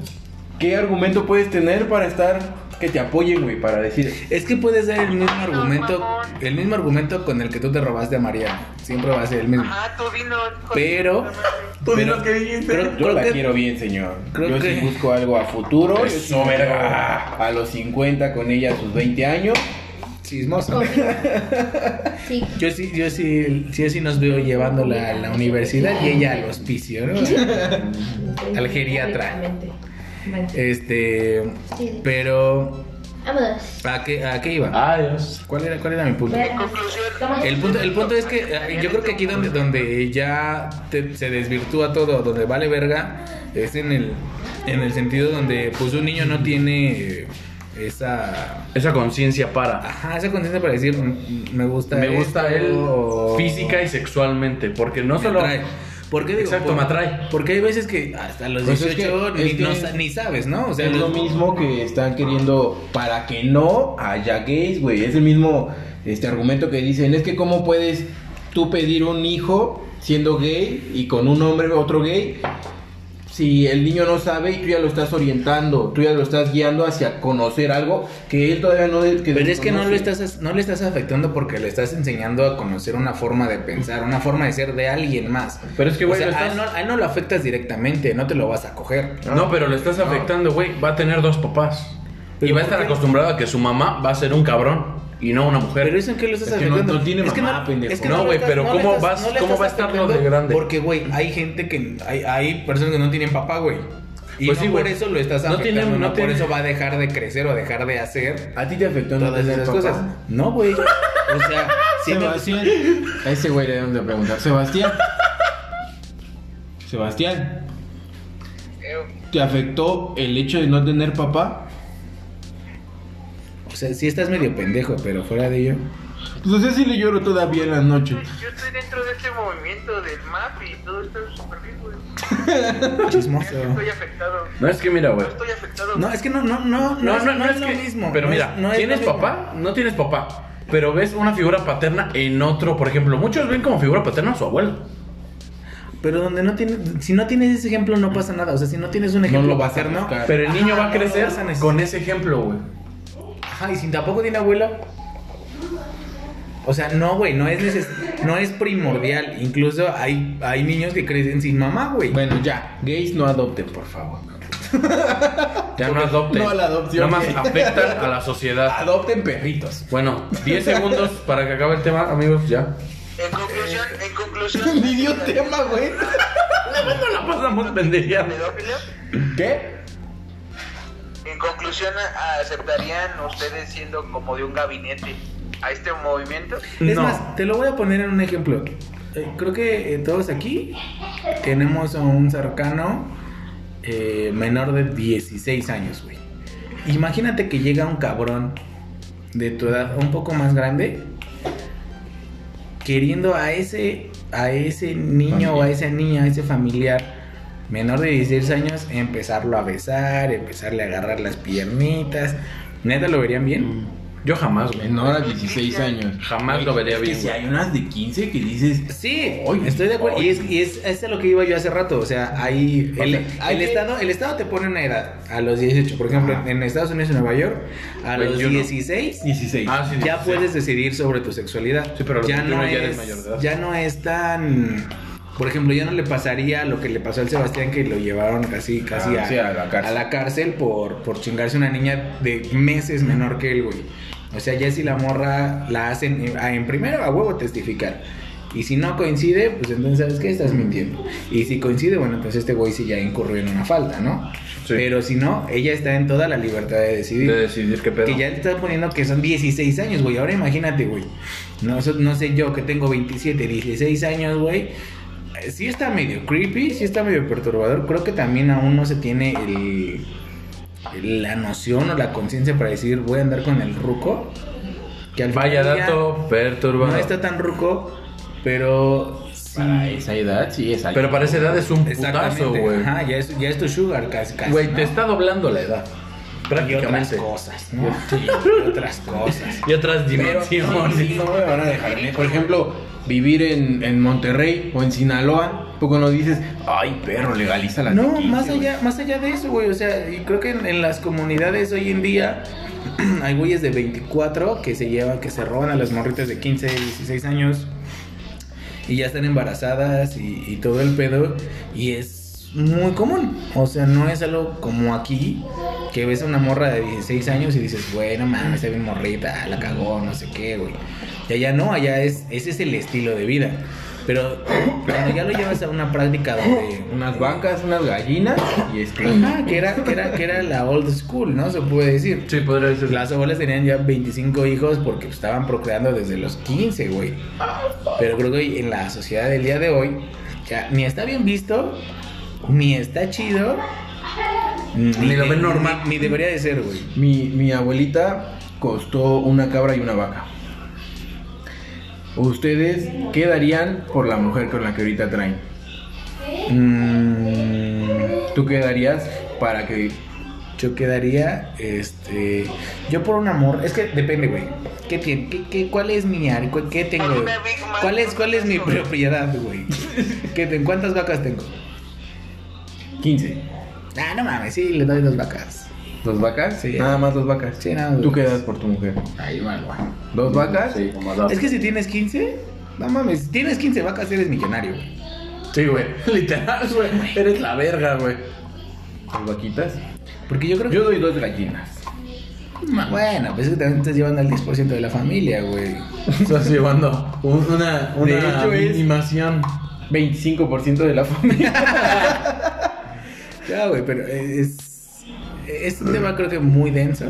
[SPEAKER 3] ¿Qué argumento puedes tener para estar que te apoyen, güey? Para decir,
[SPEAKER 2] Es que puedes dar el mismo argumento, el mismo argumento con el que tú te robaste a Mariana. Siempre va a ser el mismo.
[SPEAKER 4] Ajá, tú vino. hijo de
[SPEAKER 2] Pero-
[SPEAKER 4] puta madre.
[SPEAKER 2] Tú di lo que dijiste.
[SPEAKER 3] yo
[SPEAKER 2] Creo
[SPEAKER 3] la
[SPEAKER 2] que-
[SPEAKER 3] quiero bien, señor.
[SPEAKER 2] creo
[SPEAKER 3] yo
[SPEAKER 2] que-
[SPEAKER 3] sí busco algo a futuro. yo sí
[SPEAKER 1] Eso,
[SPEAKER 3] quiero
[SPEAKER 1] verga.
[SPEAKER 3] A los 50 con ella a sus 20 años.
[SPEAKER 2] Chismoso.
[SPEAKER 5] Confirmo. Sí.
[SPEAKER 2] Yo sí, yo sí, sí, sí nos veo llevándola a la universidad y ella al hospicio, ¿no? Al geriatra. Este, pero
[SPEAKER 5] Vámonos.
[SPEAKER 2] ¿a qué, a qué iba?
[SPEAKER 1] Adiós.
[SPEAKER 2] ¿Cuál era, cuál era mi punto?
[SPEAKER 5] Ver-
[SPEAKER 4] Conclusión.
[SPEAKER 2] El punto, el punto es que eh, yo creo que aquí donde, donde ya te- se desvirtúa todo, donde vale verga, es en el, en el sentido donde pues un niño no tiene eh, esa,
[SPEAKER 1] Esa conciencia para.
[SPEAKER 2] ajá, esa conciencia para decir "Mm, me gusta
[SPEAKER 1] Me gusta
[SPEAKER 2] esto",
[SPEAKER 1] él
[SPEAKER 2] o-
[SPEAKER 1] física y sexualmente, porque no
[SPEAKER 2] me
[SPEAKER 1] solo...
[SPEAKER 2] atrae. ¿Por qué digo?
[SPEAKER 1] Exacto,
[SPEAKER 2] Por-
[SPEAKER 1] me atrae.
[SPEAKER 2] Porque hay veces que hasta los
[SPEAKER 3] Pues es
[SPEAKER 2] 18
[SPEAKER 3] que-
[SPEAKER 2] ni,
[SPEAKER 3] es que-
[SPEAKER 2] no sa- ni sabes, ¿no? O sea,
[SPEAKER 3] es lo
[SPEAKER 2] los-
[SPEAKER 3] mismo que están queriendo para que no haya gays, güey. Es el mismo este argumento que dicen, es que cómo puedes tú pedir un hijo siendo gay y con un hombre otro gay si el niño no sabe y tú ya lo estás orientando, tú ya lo estás guiando hacia conocer algo que él todavía no que
[SPEAKER 2] Pero es que no lo
[SPEAKER 3] desconoce.
[SPEAKER 2] estás no le estás afectando porque le estás enseñando a conocer una forma de pensar, una forma de ser de alguien más.
[SPEAKER 1] Pero es que,
[SPEAKER 2] O
[SPEAKER 1] güey,
[SPEAKER 2] sea,
[SPEAKER 1] lo
[SPEAKER 2] a, él
[SPEAKER 1] estás-
[SPEAKER 2] no, a él no lo afectas directamente, no te lo vas a coger.
[SPEAKER 1] No, pero lo estás afectando, güey. Va a tener dos papás. Y
[SPEAKER 2] Ah. Pero
[SPEAKER 1] va a
[SPEAKER 2] ¿por
[SPEAKER 1] estar
[SPEAKER 2] qué?
[SPEAKER 1] acostumbrado a que su mamá va a ser un cabrón y no una mujer.
[SPEAKER 2] Pero eso en qué lo estás
[SPEAKER 3] Es que no-
[SPEAKER 2] afectando.
[SPEAKER 3] no tiene
[SPEAKER 2] es que
[SPEAKER 3] mamá,
[SPEAKER 2] no,
[SPEAKER 3] pendejo.
[SPEAKER 2] es que
[SPEAKER 1] No,
[SPEAKER 2] lo
[SPEAKER 1] güey,
[SPEAKER 2] estás-
[SPEAKER 1] pero
[SPEAKER 2] le
[SPEAKER 1] ¿cómo
[SPEAKER 2] estás-
[SPEAKER 1] vas-
[SPEAKER 2] le
[SPEAKER 1] cómo
[SPEAKER 2] estás
[SPEAKER 1] va a estar lo de
[SPEAKER 2] afectando
[SPEAKER 1] grande?
[SPEAKER 2] Porque, güey, hay gente que. Hay, hay personas que no tienen papá, güey. Y
[SPEAKER 1] Pues
[SPEAKER 2] no
[SPEAKER 1] sí,
[SPEAKER 2] por
[SPEAKER 1] güey.
[SPEAKER 2] eso lo estás
[SPEAKER 1] No
[SPEAKER 2] afectando,
[SPEAKER 1] tienen- no
[SPEAKER 2] no, por
[SPEAKER 1] tienen-
[SPEAKER 2] eso va a dejar de crecer o dejar de hacer
[SPEAKER 3] A ti te afectó no
[SPEAKER 2] todas
[SPEAKER 3] tener
[SPEAKER 2] esas
[SPEAKER 3] papá?
[SPEAKER 2] cosas. No, güey. O sea, sí me-
[SPEAKER 3] Sebastián. A ese güey le deben de preguntar. Sebastián. Sebastián,
[SPEAKER 4] Eh,
[SPEAKER 3] ¿te afectó el hecho de no tener papá?
[SPEAKER 2] o sea, sí estás medio pendejo, pero fuera de ello.
[SPEAKER 3] Pues así sí le lloro todavía en las noches.
[SPEAKER 4] Yo estoy dentro de este movimiento del MAP y todo está súper bien, güey. Es
[SPEAKER 2] Chismoso.
[SPEAKER 4] que
[SPEAKER 3] eh,
[SPEAKER 4] Estoy afectado.
[SPEAKER 1] No es que, mira,
[SPEAKER 4] No
[SPEAKER 1] güey.
[SPEAKER 4] estoy afectado.
[SPEAKER 2] No, es que no, no,
[SPEAKER 1] No,
[SPEAKER 2] no,
[SPEAKER 1] no, no, es
[SPEAKER 2] lo
[SPEAKER 1] que-
[SPEAKER 2] mismo.
[SPEAKER 1] Pero
[SPEAKER 2] No
[SPEAKER 1] mira,
[SPEAKER 2] es- no es lo
[SPEAKER 1] ¿tienes
[SPEAKER 2] mismo.
[SPEAKER 1] papá? No tienes papá. pero ves una figura paterna en otro, por ejemplo, muchos ven como figura paterna a su abuelo.
[SPEAKER 2] Pero donde no tienes, si no tienes ese ejemplo no pasa nada. O sea, si no tienes un ejemplo
[SPEAKER 3] lo vas a
[SPEAKER 2] paterno,
[SPEAKER 3] buscar.
[SPEAKER 1] Pero el
[SPEAKER 2] Ajá,
[SPEAKER 1] niño va a
[SPEAKER 2] no
[SPEAKER 1] crecer
[SPEAKER 2] lo vas a necesitar.
[SPEAKER 1] con ese ejemplo, güey.
[SPEAKER 2] ajá, y si tampoco tiene abuelo, o sea, no, güey, no es neces- no es primordial. Incluso hay, hay niños que crecen sin mamá, güey.
[SPEAKER 3] Bueno, ya, gays no adopten, por favor.
[SPEAKER 1] Ya no adopten.
[SPEAKER 3] No, la adopción.
[SPEAKER 1] Nada más afectan a la sociedad.
[SPEAKER 3] Adopten perritos.
[SPEAKER 1] Bueno, 10 segundos para que acabe el tema, amigos, ya.
[SPEAKER 4] En conclusión, en conclusión.
[SPEAKER 3] Ni dio tema, güey.
[SPEAKER 1] No la pasamos pendejeando.
[SPEAKER 4] ¿Pedófilos?
[SPEAKER 3] ¿Qué?
[SPEAKER 4] En conclusión, ¿a- ¿aceptarían ustedes siendo como de un gabinete a este movimiento?
[SPEAKER 2] Es
[SPEAKER 1] No.
[SPEAKER 2] más, te lo voy a poner en un ejemplo. Eh, creo que eh, todos aquí tenemos a un cercano eh, menor de 16 años, güey. Imagínate que llega un cabrón de tu edad un poco más grande queriendo a ese a ese niño o a esa niña, a ese familiar menor de 16 años empezarlo a besar, empezarle a agarrar las piernitas. ¿Neta lo verían bien?
[SPEAKER 1] Yo jamás, güey.
[SPEAKER 3] Menor a 16 años.
[SPEAKER 1] Jamás lo vería
[SPEAKER 3] Es que
[SPEAKER 1] bien,
[SPEAKER 3] si
[SPEAKER 1] güey.
[SPEAKER 3] hay unas de 15 que dices.
[SPEAKER 2] Sí,
[SPEAKER 3] Oye,
[SPEAKER 2] estoy de acuerdo.
[SPEAKER 3] oye.
[SPEAKER 2] Y es, y es, es a lo que iba yo hace rato. O sea, ahí
[SPEAKER 3] O
[SPEAKER 2] el,
[SPEAKER 3] sea, hay
[SPEAKER 2] el
[SPEAKER 3] que-
[SPEAKER 2] estado, el estado te pone una edad. A los 18, por ejemplo,
[SPEAKER 3] Ajá.
[SPEAKER 2] en Estados Unidos y Nueva York, a los
[SPEAKER 1] 21.
[SPEAKER 2] 16
[SPEAKER 3] 16.
[SPEAKER 1] Ah, sí,
[SPEAKER 2] ya
[SPEAKER 1] sí.
[SPEAKER 2] puedes decidir sobre tu sexualidad.
[SPEAKER 1] Sí, pero a los
[SPEAKER 2] ya
[SPEAKER 1] 21
[SPEAKER 2] no
[SPEAKER 1] ya eres
[SPEAKER 2] es,
[SPEAKER 1] mayor de edad.
[SPEAKER 2] Ya no es tan. Por ejemplo, ya no le pasaría lo que le pasó al Sebastián que lo llevaron casi, casi
[SPEAKER 3] Ah,
[SPEAKER 2] a,
[SPEAKER 3] sí, a la cárcel.
[SPEAKER 2] a la cárcel por, por chingarse una niña de meses menor que él, güey. O sea, ya si la morra la hacen en, a- en primero a huevo testificar. Y si no coincide, pues entonces sabes que estás mintiendo. Y si coincide, bueno, entonces este güey sí ya incurrió en una falta, ¿no?
[SPEAKER 1] Sí.
[SPEAKER 2] Pero si no, ella está en toda la libertad de decidir.
[SPEAKER 1] De decidir qué pedo.
[SPEAKER 2] Que ya te estás poniendo que son 16 años, güey. Ahora imagínate, güey. No, so- no sé yo que tengo 27, 16 años, güey. Eh, Sí está medio creepy, sí está medio perturbador. Creo que también aún no se tiene el- la noción o la conciencia para decir voy a andar con el ruco. Que al
[SPEAKER 1] Vaya
[SPEAKER 2] final del día
[SPEAKER 1] dato perturbador.
[SPEAKER 2] No está tan ruco, pero sí.
[SPEAKER 3] Para esa edad, sí, es algo.
[SPEAKER 1] Pero para esa edad es un
[SPEAKER 2] Exactamente.
[SPEAKER 1] putazo, güey.
[SPEAKER 2] Ajá, ya es, ya es tu sugar casi. casi,
[SPEAKER 1] Güey,
[SPEAKER 2] ¿no?
[SPEAKER 1] te está doblando la edad.
[SPEAKER 2] Y otras
[SPEAKER 1] Prácticamente.
[SPEAKER 2] cosas, ¿no? Sí, otras cosas.
[SPEAKER 1] Y otras
[SPEAKER 3] Pero sí,
[SPEAKER 1] dimensiones.
[SPEAKER 3] sí, no me van a dejar. en- Por ejemplo, vivir en, en Monterrey o en Sinaloa, poco no dices, ay, perro, legaliza la
[SPEAKER 2] No, más allá, más allá de eso, güey. O sea, y creo que en, en las comunidades hoy en día hay güeyes de 24 que se llevan, que se roban a las morritas de 15, 16 años y ya están embarazadas y, y todo el pedo. Y es muy común. O sea, no es algo como aquí que ves a una morra de 16 años y dices, bueno, mames, está bien morrita, la cagó, no sé qué, güey. Y allá no, allá es, ese es el estilo de vida. Pero cuando ya lo llevas a una práctica donde
[SPEAKER 3] Unas vacas, unas gallinas y este.
[SPEAKER 2] Ajá, que era, que era, que era la old school, ¿no? Se puede decir.
[SPEAKER 1] Sí, podría decir.
[SPEAKER 2] Las abuelas tenían ya 25 hijos porque estaban procreando desde los 15, güey. Pero creo que en la sociedad del día de hoy, ya ni está bien visto, ni está chido,
[SPEAKER 1] Ni lo ven
[SPEAKER 2] de-
[SPEAKER 1] normal.
[SPEAKER 2] Ni, ni debería de ser, güey.
[SPEAKER 3] Mi, mi abuelita costó una cabra y una vaca. ¿Ustedes qué darían por la mujer con la que ahorita traen?
[SPEAKER 2] Mm,
[SPEAKER 3] ¿Tú qué darías para que
[SPEAKER 2] yo quedaría, este. Yo por un amor. Es que depende, güey. ¿Qué tiene? ¿Qué, qué, ¿Cuál es mi área? ¿Cuál- ¿Qué tengo?
[SPEAKER 4] Por una Big Mac.
[SPEAKER 2] ¿Cuál es, cuál es mi propiedad, güey? ¿Qué ten- ¿Cuántas vacas tengo?
[SPEAKER 3] 15?
[SPEAKER 2] Ah, no mames, sí, le doy dos vacas.
[SPEAKER 3] ¿Dos vacas?
[SPEAKER 2] Sí.
[SPEAKER 3] Nada más dos vacas.
[SPEAKER 2] Sí, nada más
[SPEAKER 3] ¿Tú
[SPEAKER 2] dos.
[SPEAKER 3] qué das por tu mujer?
[SPEAKER 6] Ahí va, güey.
[SPEAKER 3] ¿Dos vacas?
[SPEAKER 1] Sí, como dos.
[SPEAKER 2] Es que si tienes 15, no mames, si tienes 15 vacas eres millonario, güey.
[SPEAKER 1] Sí, güey. Literal, güey. Eres la verga, güey.
[SPEAKER 3] ¿Dos vaquitas?
[SPEAKER 2] Porque yo creo que.
[SPEAKER 3] Yo doy dos gallinas.
[SPEAKER 2] Bueno, pues es que también estás llevando al 10% de la familia, güey.
[SPEAKER 1] Estás llevando un- una,
[SPEAKER 3] De
[SPEAKER 1] una
[SPEAKER 3] hecho, es-
[SPEAKER 1] minimación.
[SPEAKER 3] 25% de la familia.
[SPEAKER 2] Ya, güey, pero es. Es un tema, creo que muy denso.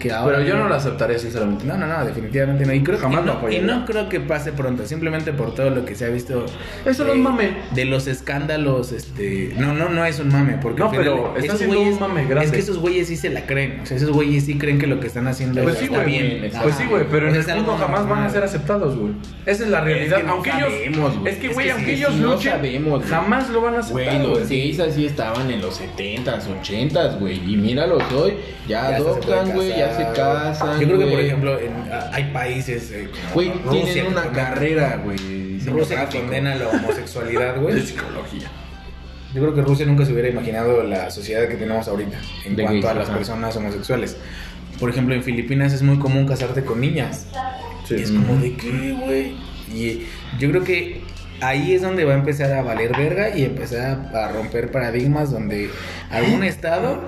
[SPEAKER 2] Que ahora.
[SPEAKER 1] Pero yo no lo aceptaría, sinceramente.
[SPEAKER 2] No, no, no, definitivamente no. Y creo
[SPEAKER 1] Jamás
[SPEAKER 2] que
[SPEAKER 1] lo
[SPEAKER 2] no, y
[SPEAKER 1] apoyaría.
[SPEAKER 2] no creo que pase pronto, simplemente por todo lo que se ha visto.
[SPEAKER 1] Eso no es mame.
[SPEAKER 2] De los escándalos, este. No, no, no es un mame. Porque
[SPEAKER 1] No,
[SPEAKER 2] al final
[SPEAKER 1] pero está
[SPEAKER 2] esos
[SPEAKER 1] siendo un
[SPEAKER 2] güeyes-
[SPEAKER 1] mame grande.
[SPEAKER 2] Es que esos güeyes sí se la creen. O sea, esos güeyes sí creen que lo que están haciendo
[SPEAKER 1] Pues
[SPEAKER 2] es-
[SPEAKER 1] sí,
[SPEAKER 2] está
[SPEAKER 1] güey.
[SPEAKER 2] bien.
[SPEAKER 1] Pues
[SPEAKER 2] Ajá.
[SPEAKER 1] sí, güey, pero en
[SPEAKER 2] Pues
[SPEAKER 1] el
[SPEAKER 2] es algo
[SPEAKER 1] mundo jamás van a
[SPEAKER 2] normal.
[SPEAKER 1] ser aceptados, güey. Esa es la realidad.
[SPEAKER 3] que no
[SPEAKER 1] aunque ellos.
[SPEAKER 3] sabemos, güey.
[SPEAKER 1] es que,
[SPEAKER 3] Es
[SPEAKER 1] güey,
[SPEAKER 3] que
[SPEAKER 1] aunque
[SPEAKER 3] sí,
[SPEAKER 1] ellos
[SPEAKER 3] no
[SPEAKER 1] luchen,
[SPEAKER 3] sabemos, güey.
[SPEAKER 1] jamás lo van a
[SPEAKER 3] Güey,
[SPEAKER 1] aceptar.
[SPEAKER 3] los
[SPEAKER 1] güey.
[SPEAKER 3] gays así estaban en los 70s, 80s, güey. Y míralos hoy. Ya
[SPEAKER 2] Ya hasta se pueden
[SPEAKER 3] adoptan, güey. Ya Ya se casan,
[SPEAKER 2] Yo creo que, por
[SPEAKER 3] güey.
[SPEAKER 2] ejemplo, en- a- hay países. eh, como
[SPEAKER 3] Güey,
[SPEAKER 2] Rusia,
[SPEAKER 3] tienen
[SPEAKER 2] que
[SPEAKER 3] una
[SPEAKER 2] condena-
[SPEAKER 3] carrera, güey.
[SPEAKER 2] Rusia que
[SPEAKER 3] psicológica.
[SPEAKER 2] condena la homosexualidad,
[SPEAKER 1] Pues
[SPEAKER 2] güey.
[SPEAKER 3] De psicología.
[SPEAKER 2] Yo creo que Rusia nunca se hubiera imaginado la sociedad que tenemos ahorita en
[SPEAKER 3] De
[SPEAKER 2] cuanto a
[SPEAKER 3] gays,
[SPEAKER 2] las
[SPEAKER 3] ajá.
[SPEAKER 2] personas homosexuales. Por ejemplo, en Filipinas es muy común casarte con niñas. Y es como de qué, güey. Y yo creo que ahí es donde va a empezar a valer verga y empezar a, a romper paradigmas donde algún estado,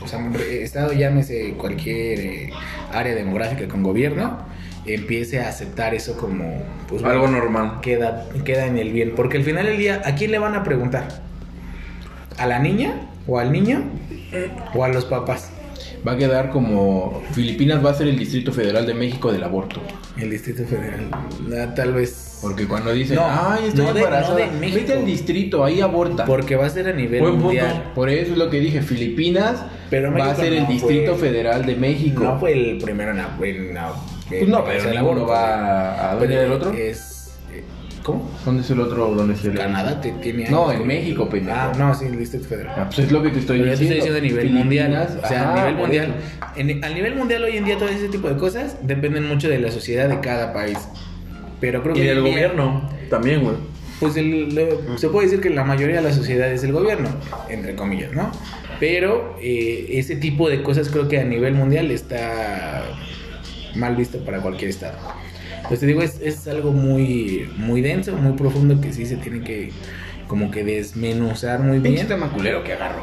[SPEAKER 2] o sea, un re- estado llámese cualquier eh, área demográfica con gobierno, empiece a aceptar eso como pues,
[SPEAKER 1] Algo
[SPEAKER 2] bueno,
[SPEAKER 1] normal.
[SPEAKER 2] queda, queda en el bien. Porque al final del día, ¿a quién le van a preguntar? ¿A la niña? ¿O al niño? ¿O a los papás?
[SPEAKER 3] Va a quedar como. Filipinas va a ser el Distrito Federal de México del aborto.
[SPEAKER 2] El Distrito Federal. Ah, Tal vez.
[SPEAKER 3] Porque cuando dicen,
[SPEAKER 2] No,
[SPEAKER 3] ay, estoy
[SPEAKER 2] no de-
[SPEAKER 3] embarazada,
[SPEAKER 2] no de México.
[SPEAKER 3] vete al distrito, ahí aborta. Por,
[SPEAKER 2] Porque va a ser a nivel
[SPEAKER 1] Buen punto.
[SPEAKER 2] mundial.
[SPEAKER 3] eso es lo que dije, Filipinas
[SPEAKER 2] Pero
[SPEAKER 3] va a
[SPEAKER 2] México
[SPEAKER 3] ser el
[SPEAKER 2] no
[SPEAKER 3] Distrito
[SPEAKER 2] fue-
[SPEAKER 3] Federal de México.
[SPEAKER 2] No fue el primero en. ab- en ab- en
[SPEAKER 3] Pues no,
[SPEAKER 2] hacer
[SPEAKER 3] pero
[SPEAKER 2] el
[SPEAKER 3] ninguno
[SPEAKER 2] aborto,
[SPEAKER 3] va a...
[SPEAKER 2] güey.
[SPEAKER 3] ¿Dónde
[SPEAKER 2] Pero
[SPEAKER 3] era el otro?
[SPEAKER 2] Es. eh, ¿Cómo?
[SPEAKER 3] ¿Dónde es el otro? ¿Dónde es el
[SPEAKER 2] Canadá te tiene.
[SPEAKER 3] No,
[SPEAKER 2] años,
[SPEAKER 3] en
[SPEAKER 2] güey.
[SPEAKER 3] México, pendejo.
[SPEAKER 2] Ah, no, sí, el Distrito Federal.
[SPEAKER 3] Ah, pues es lo que te estoy
[SPEAKER 2] Pero yo te
[SPEAKER 3] diciendo.
[SPEAKER 2] estoy diciendo a nivel
[SPEAKER 3] Filipinas,
[SPEAKER 2] mundial. O sea, a
[SPEAKER 3] ajá,
[SPEAKER 2] nivel
[SPEAKER 3] por
[SPEAKER 2] mundial.
[SPEAKER 3] eso.
[SPEAKER 2] En- al nivel mundial hoy en día todo ese tipo de cosas dependen mucho de la sociedad de cada país. Pero creo que...
[SPEAKER 1] Y del
[SPEAKER 2] hoy en día,
[SPEAKER 1] gobierno también, güey.
[SPEAKER 2] Pues el- lo- se puede decir que la mayoría de la sociedad es el gobierno, entre comillas, ¿no? Pero eh, ese tipo de cosas creo que a nivel mundial está mal visto para cualquier estado. Pues te digo, es, es algo muy, muy denso, muy profundo que sí se tiene que como que desmenuzar muy bien.
[SPEAKER 3] Pinche tema culero que agarro.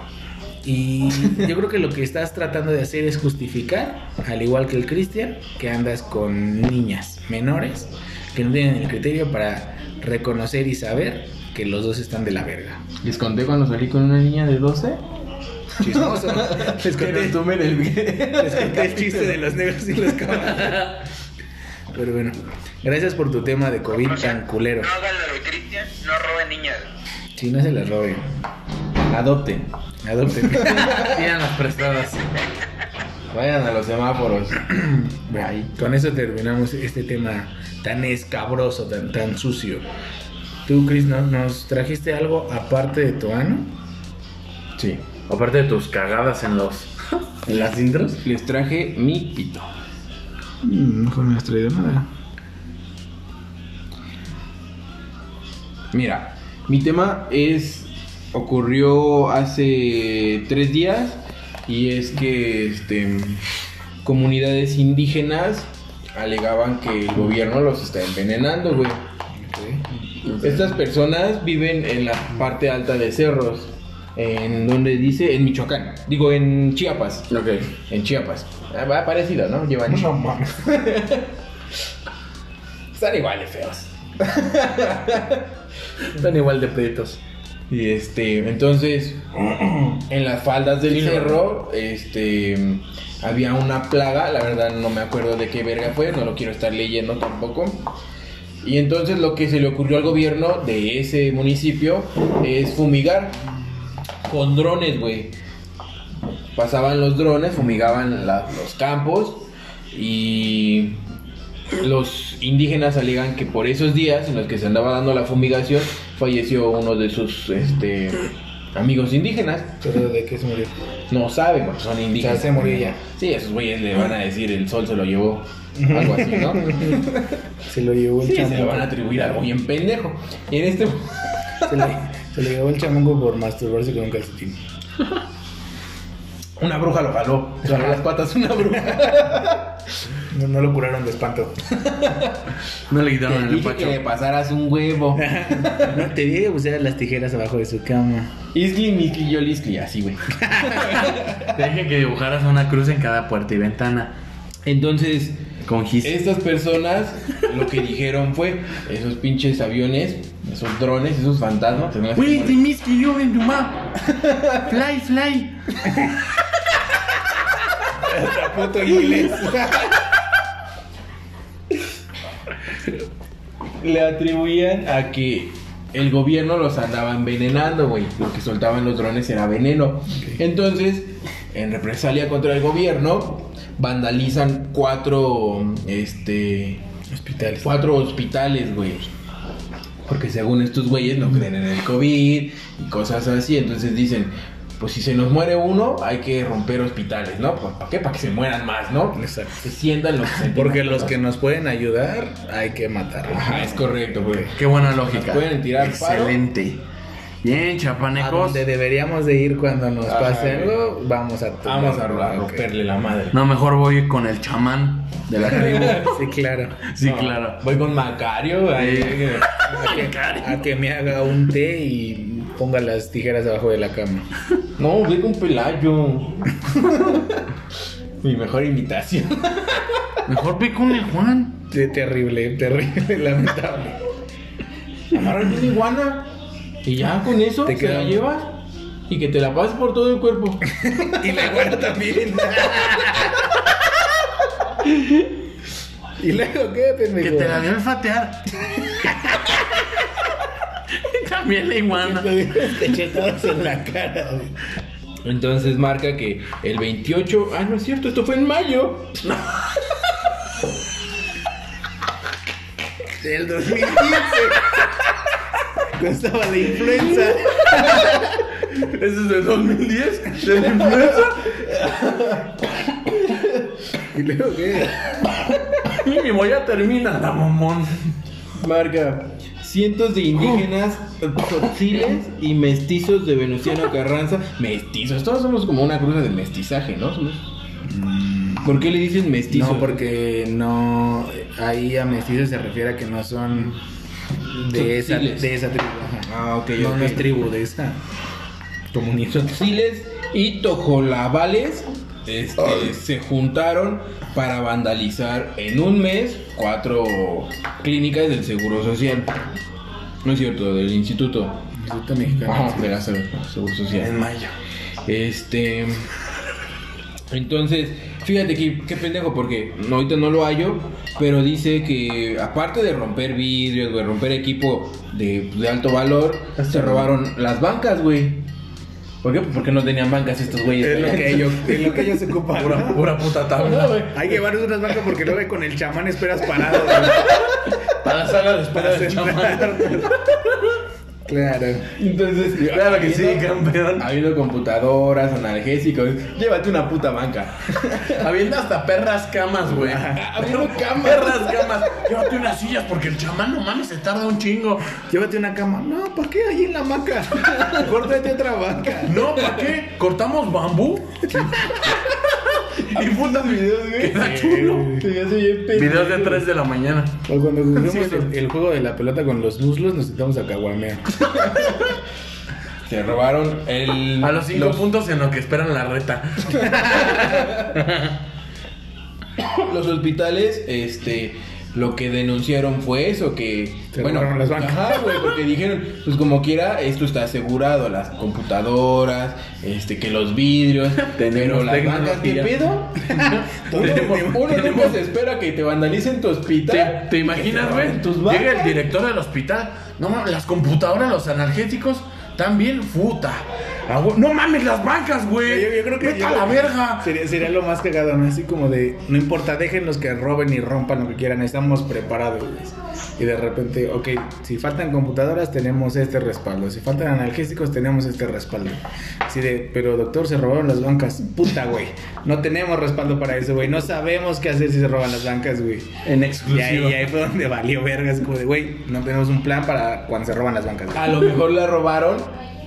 [SPEAKER 2] Y yo creo que lo que estás tratando de hacer es justificar, al igual que el Cristian, que andas con niñas menores que no tienen el criterio para reconocer y saber que los dos están de la verga.
[SPEAKER 3] Les conté cuando salí con una niña de 12.
[SPEAKER 2] Chismoso.
[SPEAKER 3] Les conté.
[SPEAKER 2] Les conté el chiste de los negros y los caballos. Pero bueno, gracias por tu tema de COVID
[SPEAKER 4] O sea,
[SPEAKER 2] tan culero.
[SPEAKER 4] No hagan lo de Cristian, no roben niñas.
[SPEAKER 2] Si no se las roben,
[SPEAKER 3] Adopten.
[SPEAKER 2] adopten.
[SPEAKER 1] Tiran las prestadas.
[SPEAKER 3] Vayan a los semáforos. Ahí.
[SPEAKER 2] Con eso terminamos este tema tan escabroso, tan, tan sucio. Tú, Chris, ¿no- ¿nos trajiste algo aparte de tu ano?
[SPEAKER 3] Sí.
[SPEAKER 1] Aparte de tus cagadas en los.
[SPEAKER 3] ¿Las intros? Les traje mi pito.
[SPEAKER 2] Mm, No me has traído nada.
[SPEAKER 3] Mira, mi tema es. ocurrió hace tres días. Y es que este comunidades indígenas alegaban que el gobierno los está envenenando, güey. Estas personas viven en la parte alta de cerros. En donde dice, en Michoacán. Digo, en Chiapas.
[SPEAKER 1] Ok.
[SPEAKER 3] En Chiapas. Ah, va parecido, ¿no? Llevan. No mames. Están igual de feos.
[SPEAKER 1] Están igual de prietos.
[SPEAKER 3] Y este, entonces, en las faldas del cerro, este, había una plaga, la verdad no me acuerdo de qué verga fue, no lo quiero estar leyendo tampoco. Y entonces lo que se le ocurrió al gobierno de ese municipio es fumigar con drones, güey. Pasaban los drones, fumigaban la- los campos y los indígenas alegan que por esos días en los que se andaba dando la fumigación falleció uno de sus este, amigos indígenas.
[SPEAKER 2] ¿Pero de qué se murió?
[SPEAKER 3] No saben porque son indígenas.
[SPEAKER 2] O sea, se murió ya.
[SPEAKER 3] Sí, esos güeyes le van a decir el sol se lo llevó. Algo así, ¿no?
[SPEAKER 2] Se lo llevó el
[SPEAKER 3] Sí, se lo van a
[SPEAKER 2] chamungo.
[SPEAKER 3] atribuir a algo bien pendejo. Y en este.
[SPEAKER 2] Se, lo, se lo llevó el chamungo por masturbarse con un calcetín.
[SPEAKER 3] Una bruja lo jaló. Le jaló las patas una bruja.
[SPEAKER 2] No, no lo curaron de espanto.
[SPEAKER 1] No le quitaron
[SPEAKER 3] Te
[SPEAKER 1] el
[SPEAKER 3] dije
[SPEAKER 1] empacho.
[SPEAKER 3] que le pasaras un huevo.
[SPEAKER 2] No te dije que pusieras las tijeras abajo de su cama.
[SPEAKER 3] Isli, Misli, Yolisli, así, güey.
[SPEAKER 1] Te dije que dibujaras una cruz en cada puerta y ventana.
[SPEAKER 3] Entonces,
[SPEAKER 1] Con gis.
[SPEAKER 3] Estas personas lo que dijeron fue esos pinches aviones, esos drones, esos fantasmas. se me hacen
[SPEAKER 1] Güey,
[SPEAKER 3] como-
[SPEAKER 1] tenéis que yo en map. Fly, fly.
[SPEAKER 2] Puto inglés.
[SPEAKER 3] Le atribuían a que el gobierno los andaba envenenando, güey. Lo que soltaban los drones era veneno. Entonces, en represalia contra el gobierno, vandalizan cuatro, este,
[SPEAKER 2] Hospitales.
[SPEAKER 3] cuatro hospitales, güey. Porque según estos güeyes no creen en el COVID y cosas así. Entonces dicen, pues si se nos muere uno, hay que romper hospitales, ¿no? Pues, ¿Para qué? Para que se mueran más, ¿no?
[SPEAKER 2] Exacto.
[SPEAKER 3] Se sientan los que se
[SPEAKER 2] Porque
[SPEAKER 3] tienen.
[SPEAKER 2] los que nos pueden ayudar, hay que matarlos.
[SPEAKER 3] Ajá, es correcto, güey.
[SPEAKER 1] Qué buena
[SPEAKER 3] Nos
[SPEAKER 1] lógica.
[SPEAKER 3] Pueden tirar paro.
[SPEAKER 1] Excelente. Bien,
[SPEAKER 2] A
[SPEAKER 1] chapanecos.
[SPEAKER 2] donde deberíamos de ir cuando nos
[SPEAKER 3] Ajá,
[SPEAKER 2] pase
[SPEAKER 3] güey.
[SPEAKER 2] algo, vamos a
[SPEAKER 3] Vamos a
[SPEAKER 2] tumbarlo,
[SPEAKER 3] ro-
[SPEAKER 2] ok.
[SPEAKER 3] romperle la madre.
[SPEAKER 1] No, mejor voy con el chamán de la tribu.
[SPEAKER 2] Sí, claro.
[SPEAKER 1] Sí,
[SPEAKER 3] No,
[SPEAKER 1] claro.
[SPEAKER 3] Voy con Macario. ahí,
[SPEAKER 1] Sí.
[SPEAKER 2] eh, A que, a que me haga un té y ponga las tijeras debajo de la cama.
[SPEAKER 3] No, voy con Pelayo. Mi mejor imitación.
[SPEAKER 1] Mejor ve con el Juan.
[SPEAKER 2] Qué terrible, terrible, lamentable.
[SPEAKER 3] Amarras una iguana. Y ya con eso
[SPEAKER 2] Te
[SPEAKER 3] te
[SPEAKER 2] queda-
[SPEAKER 3] la llevas. Y que te la pases por todo el cuerpo.
[SPEAKER 2] Y la iguana también. ¿Y luego qué,
[SPEAKER 1] Que
[SPEAKER 2] pendejo?
[SPEAKER 1] te la dio el fatear. También la iguana.
[SPEAKER 2] Te chetadas en la cara, güey.
[SPEAKER 3] Entonces marca que el 28. Ah, no es cierto, esto fue en mayo.
[SPEAKER 2] Del 2015. Costaba la influenza.
[SPEAKER 1] Ese es de 2010. De la influenza.
[SPEAKER 2] ¿Y luego qué?
[SPEAKER 1] Mínimo ya termina la mamón.
[SPEAKER 3] Marca cientos de indígenas, tzotziles y mestizos de Venustiano Carranza. Mestizos, todos somos como una cruza de mestizaje, ¿no? Somos- ¿Por qué le dicen mestizo?
[SPEAKER 2] Mm. No, porque no. Ahí a mestizos se refiere a que no son de, esa,
[SPEAKER 3] Sutiles.
[SPEAKER 2] de esa tribu. ajá.
[SPEAKER 3] Ah, ok,
[SPEAKER 2] No,
[SPEAKER 3] ok.
[SPEAKER 2] no es tribu, de esa comunidad.
[SPEAKER 3] Tzotziles y tojolabales este, se juntaron para vandalizar en un mes cuatro clínicas del Seguro Social. No es cierto, del Instituto.
[SPEAKER 2] Instituto Mexicano.
[SPEAKER 3] Ajá, de la Se- Seguro Social.
[SPEAKER 2] mayo.
[SPEAKER 3] Este. Entonces, fíjate que, qué pendejo, porque ahorita no lo hallo, pero dice que aparte de romper vidrios, güey, romper equipo de, de alto valor, se robaron las bancas, güey. ¿Por qué? Pues Porque no tenían bancas estos güeyes.
[SPEAKER 2] Es lo que ellos, es lo que ellos se ocupan.
[SPEAKER 1] Pura, pura puta
[SPEAKER 3] No, güey.
[SPEAKER 1] tabla.
[SPEAKER 2] Hay que llevarnos unas bancas porque luego con el chamán esperas parado.
[SPEAKER 1] Para la sala de espera
[SPEAKER 2] Para
[SPEAKER 1] del chamán.
[SPEAKER 2] Claro.
[SPEAKER 3] Entonces,
[SPEAKER 1] Claro que sí,
[SPEAKER 3] habiendo-
[SPEAKER 1] campeón.
[SPEAKER 3] Habiendo computadoras, analgésicos, llévate una puta banca.
[SPEAKER 1] Habiendo hasta perras camas, güey.
[SPEAKER 3] Habiendo cámaras.
[SPEAKER 1] Perras camas. Llévate unas sillas porque el chamán no mames se tarda un chingo.
[SPEAKER 2] Llévate una cama. No, ¿para qué ahí en la hamaca? Córtate otra banca.
[SPEAKER 1] No, ¿para qué? ¿Cortamos bambú? y putas videos, güey. Queda chulo.
[SPEAKER 3] Te hace bien pendejo.
[SPEAKER 1] Videos de 3 de la mañana.
[SPEAKER 2] O cuando juguemos
[SPEAKER 1] Sí,
[SPEAKER 2] el, el juego de la pelota con los muslos, nos sentamos a caguamear.
[SPEAKER 3] Se robaron el.
[SPEAKER 1] A los 5
[SPEAKER 3] los-
[SPEAKER 1] puntos en lo que esperan la reta.
[SPEAKER 3] los hospitales, este, lo que denunciaron fue eso, que
[SPEAKER 2] Se robaron las bancas.
[SPEAKER 3] ajá, güey, porque dijeron, pues como quiera, esto está asegurado, las computadoras, este, que los vidrios,
[SPEAKER 1] Tenemos
[SPEAKER 3] pero las bancas, ¿qué
[SPEAKER 1] tecnología.
[SPEAKER 3] pedo? uno
[SPEAKER 1] Tenemos-
[SPEAKER 3] uno
[SPEAKER 1] tenemos-
[SPEAKER 3] nunca se espera que te vandalicen tu
[SPEAKER 1] ¿Te,
[SPEAKER 3] hospital.
[SPEAKER 1] te
[SPEAKER 3] que te
[SPEAKER 1] imaginas, güey?
[SPEAKER 3] roben Tus
[SPEAKER 1] Llega el
[SPEAKER 3] bancas.
[SPEAKER 1] director del hospital. No mames, las computadoras, los analgésicos, también puta. Ah, güey, No mames, las bancas, güey.
[SPEAKER 2] Yo, yo creo que
[SPEAKER 1] Vete a
[SPEAKER 2] yo-
[SPEAKER 1] la verga.
[SPEAKER 2] Sería, sería lo más cagado, ¿no? Así como de, no importa, déjenlos que roben y rompan lo que quieran, estamos preparados. güey. Y de repente, ok, si faltan computadoras, tenemos este respaldo. Si faltan analgésicos, tenemos este respaldo. Así de, pero doctor, se robaron las bancas. Puta, güey. No tenemos respaldo para eso, güey. No sabemos qué hacer si se roban las bancas, güey.
[SPEAKER 1] En
[SPEAKER 2] Y ahí,
[SPEAKER 1] exclusiva.
[SPEAKER 2] y ahí fue donde valió vergas, como de, güey, no tenemos un plan para cuando se roban las bancas. güey".
[SPEAKER 3] A lo mejor la robaron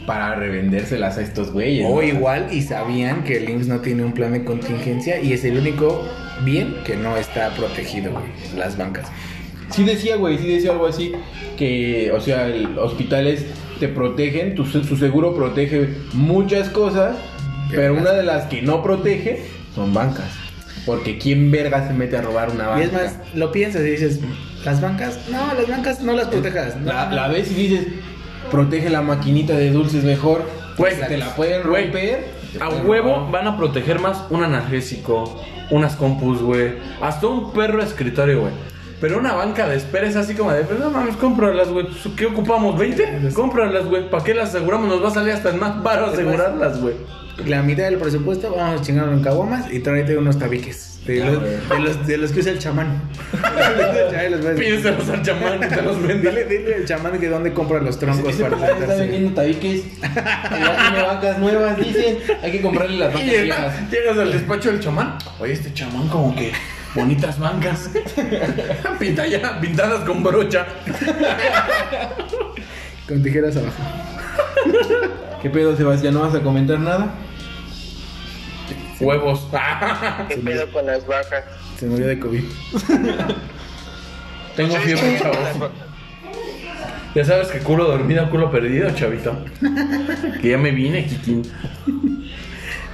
[SPEAKER 3] para revendérselas a estos güeyes.
[SPEAKER 2] O
[SPEAKER 3] ¿no?
[SPEAKER 2] igual y sabían que el IMSS no tiene un plan de contingencia y es el único bien que no está protegido, güey, las bancas.
[SPEAKER 3] Sí decía, güey, sí decía algo así, que, o sea, el- hospitales te protegen, tu, se- su seguro protege muchas cosas, pero una de las que no protege son bancas. Porque ¿quién verga se mete a robar una banca?
[SPEAKER 2] Y es más, lo piensas y dices, las bancas, no, las bancas no las protejas. no,
[SPEAKER 3] la,
[SPEAKER 2] no,
[SPEAKER 3] la ves y dices, protege la maquinita de dulces mejor,
[SPEAKER 1] Güey,
[SPEAKER 3] porque te la pueden
[SPEAKER 1] güey,
[SPEAKER 3] romper. te
[SPEAKER 1] A
[SPEAKER 3] pueden
[SPEAKER 1] huevo
[SPEAKER 3] robar.
[SPEAKER 1] van a proteger más un analgésico, unas compus, güey. Hasta un perro de escritorio, güey. Pero una banca de espera es así como de, "Pues no mames, cómpralas, güey. Pues, ¿Qué ocupamos? ¿20? Cómpralas, güey. ¿Para qué las aseguramos? Nos va a salir hasta el más baro asegurarlas, güey.
[SPEAKER 2] La mitad del presupuesto, vamos a chingar en caguamas y tráete unos tabiques. De los, de los, de los que usa el chamán. Ay, los ves.
[SPEAKER 1] Pídeselos al chamán que te los vende.
[SPEAKER 2] Dile, dile al chamán que dónde compra los troncos
[SPEAKER 3] Ese
[SPEAKER 2] para
[SPEAKER 3] papá está
[SPEAKER 2] sentarse.
[SPEAKER 3] vendiendo tabiques. Ya tiene vacas nuevas, dicen. Hay que comprarle las
[SPEAKER 1] Y
[SPEAKER 3] vacas viejas.
[SPEAKER 1] llegas, llegas al despacho del chamán. Oye, este chamán como que bonitas bancas. Pinta ya, pintadas con brocha.
[SPEAKER 2] Con tijeras abajo.
[SPEAKER 3] ¿Qué pedo, Sebastián? ¿No vas a comentar nada?
[SPEAKER 1] Huevos.
[SPEAKER 4] ¿Qué pedo con las vacas?
[SPEAKER 2] Se murió de COVID.
[SPEAKER 1] Tengo fiebre, chavo. Ya sabes que culo dormido, culo perdido, chavito. Que ya me vine, Kikín.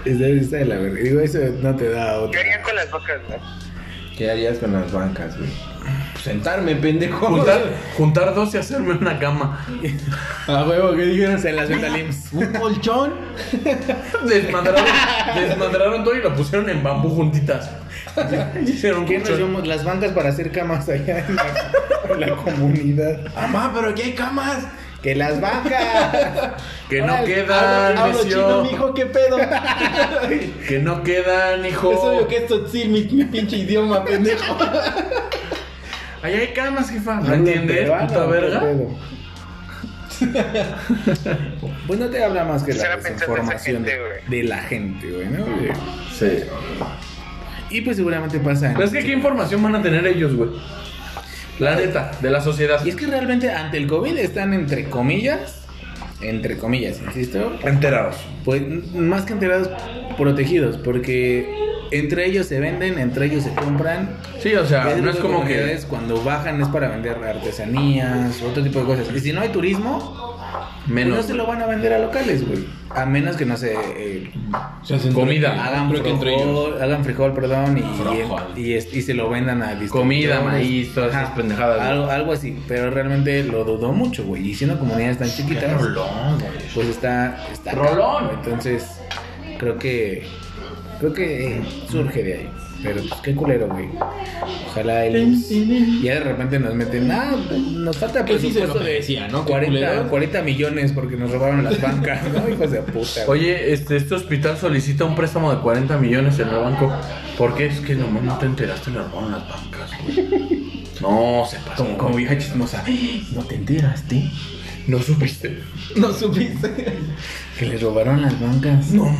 [SPEAKER 2] Está, está de la verga. Digo, eso no te da
[SPEAKER 4] ¿Qué
[SPEAKER 2] otra.
[SPEAKER 4] harían con las vacas, no?
[SPEAKER 3] ¿Qué harías con las bancas, güey? Pues Sentarme, pendejo.
[SPEAKER 1] Juntar, juntar dos y hacerme una cama.
[SPEAKER 3] A huevo, ¿qué dijeron?
[SPEAKER 2] Se las venta lims.
[SPEAKER 3] ¿Un colchón?
[SPEAKER 1] Desmadraron, desmadraron todo y lo pusieron en bambú juntitas. Hicieron
[SPEAKER 2] ¿Qué
[SPEAKER 1] un
[SPEAKER 2] nos llevamos? Las bancas para hacer camas allá en la, en la comunidad.
[SPEAKER 3] Mamá, pero aquí hay camas.
[SPEAKER 2] ¡Que las bancas!
[SPEAKER 1] Que no
[SPEAKER 3] Órale,
[SPEAKER 1] quedan,
[SPEAKER 3] hablo- hablo chino,
[SPEAKER 1] monsieur.
[SPEAKER 3] mijo, ¿qué pedo?
[SPEAKER 1] Que no quedan, hijo.
[SPEAKER 3] Es obvio que esto sí, mi, mi pinche idioma, pendejo.
[SPEAKER 1] Allá hay camas, jefa. ¿No entiendes,
[SPEAKER 2] Peruano,
[SPEAKER 1] puta
[SPEAKER 2] ¿qué
[SPEAKER 1] verga?
[SPEAKER 2] pedo? Pues no te habla más que la
[SPEAKER 4] Quisiera pensar en esa
[SPEAKER 2] desinformación de,
[SPEAKER 4] gente, güey.
[SPEAKER 2] de la gente, güey, ¿no?
[SPEAKER 1] Sí.
[SPEAKER 2] Y pues seguramente pasa. en-
[SPEAKER 1] Pero es que qué información van a tener ellos, güey. La neta, de la sociedad.
[SPEAKER 2] Y es que realmente ante el COVID están entre comillas, entre comillas, insisto,
[SPEAKER 1] Enterados.
[SPEAKER 2] pues m- más que enterados, protegidos, porque entre ellos se venden, entre ellos se compran.
[SPEAKER 1] Sí, o sea,
[SPEAKER 2] Ese
[SPEAKER 1] no es
[SPEAKER 2] tipo de
[SPEAKER 1] como que.
[SPEAKER 2] comunidades, Cuando bajan es para vender artesanías, otro tipo de cosas. Y si no hay turismo, pues
[SPEAKER 1] Menos.
[SPEAKER 2] no se lo van a vender a locales, güey. A menos que no se eh,
[SPEAKER 1] Comida.
[SPEAKER 2] hagan
[SPEAKER 3] creo que entre
[SPEAKER 2] frijol, hagan frijol, perdón,
[SPEAKER 3] Frijol.
[SPEAKER 2] y, y, es- y se lo vendan a distribuidores.
[SPEAKER 1] Comida, maíz, todas esas
[SPEAKER 2] Ajá,
[SPEAKER 1] pendejadas, güey.
[SPEAKER 2] Algo, algo así, pero realmente lo dudó mucho, güey. Y siendo comunidades tan chiquitas, pues está, está
[SPEAKER 1] Rolón.
[SPEAKER 2] cabrón, güey. Entonces, creo que creo que eh, surge de ahí. Pero pues qué culero, güey. Ojalá el IMSS- ya de repente nos meten, ah, nos falta
[SPEAKER 3] Pues sí, se
[SPEAKER 2] presupuesto
[SPEAKER 3] lo que
[SPEAKER 2] de
[SPEAKER 3] decía, ¿no? Qué
[SPEAKER 2] 40,
[SPEAKER 3] culero.
[SPEAKER 2] 40 millones porque nos robaron las bancas, ¿no? Hijos de puta. güey.
[SPEAKER 1] Oye, este, este hospital solicita un préstamo de 40 millones en el banco. ¿Por qué? Es que nomás no te enteraste, le robaron las bancas, güey. No, se pasó.
[SPEAKER 3] Como, como vieja chismosa. No te enteraste.
[SPEAKER 1] No supiste.
[SPEAKER 3] No supiste.
[SPEAKER 2] que les robaron las bancas.
[SPEAKER 1] No
[SPEAKER 2] Y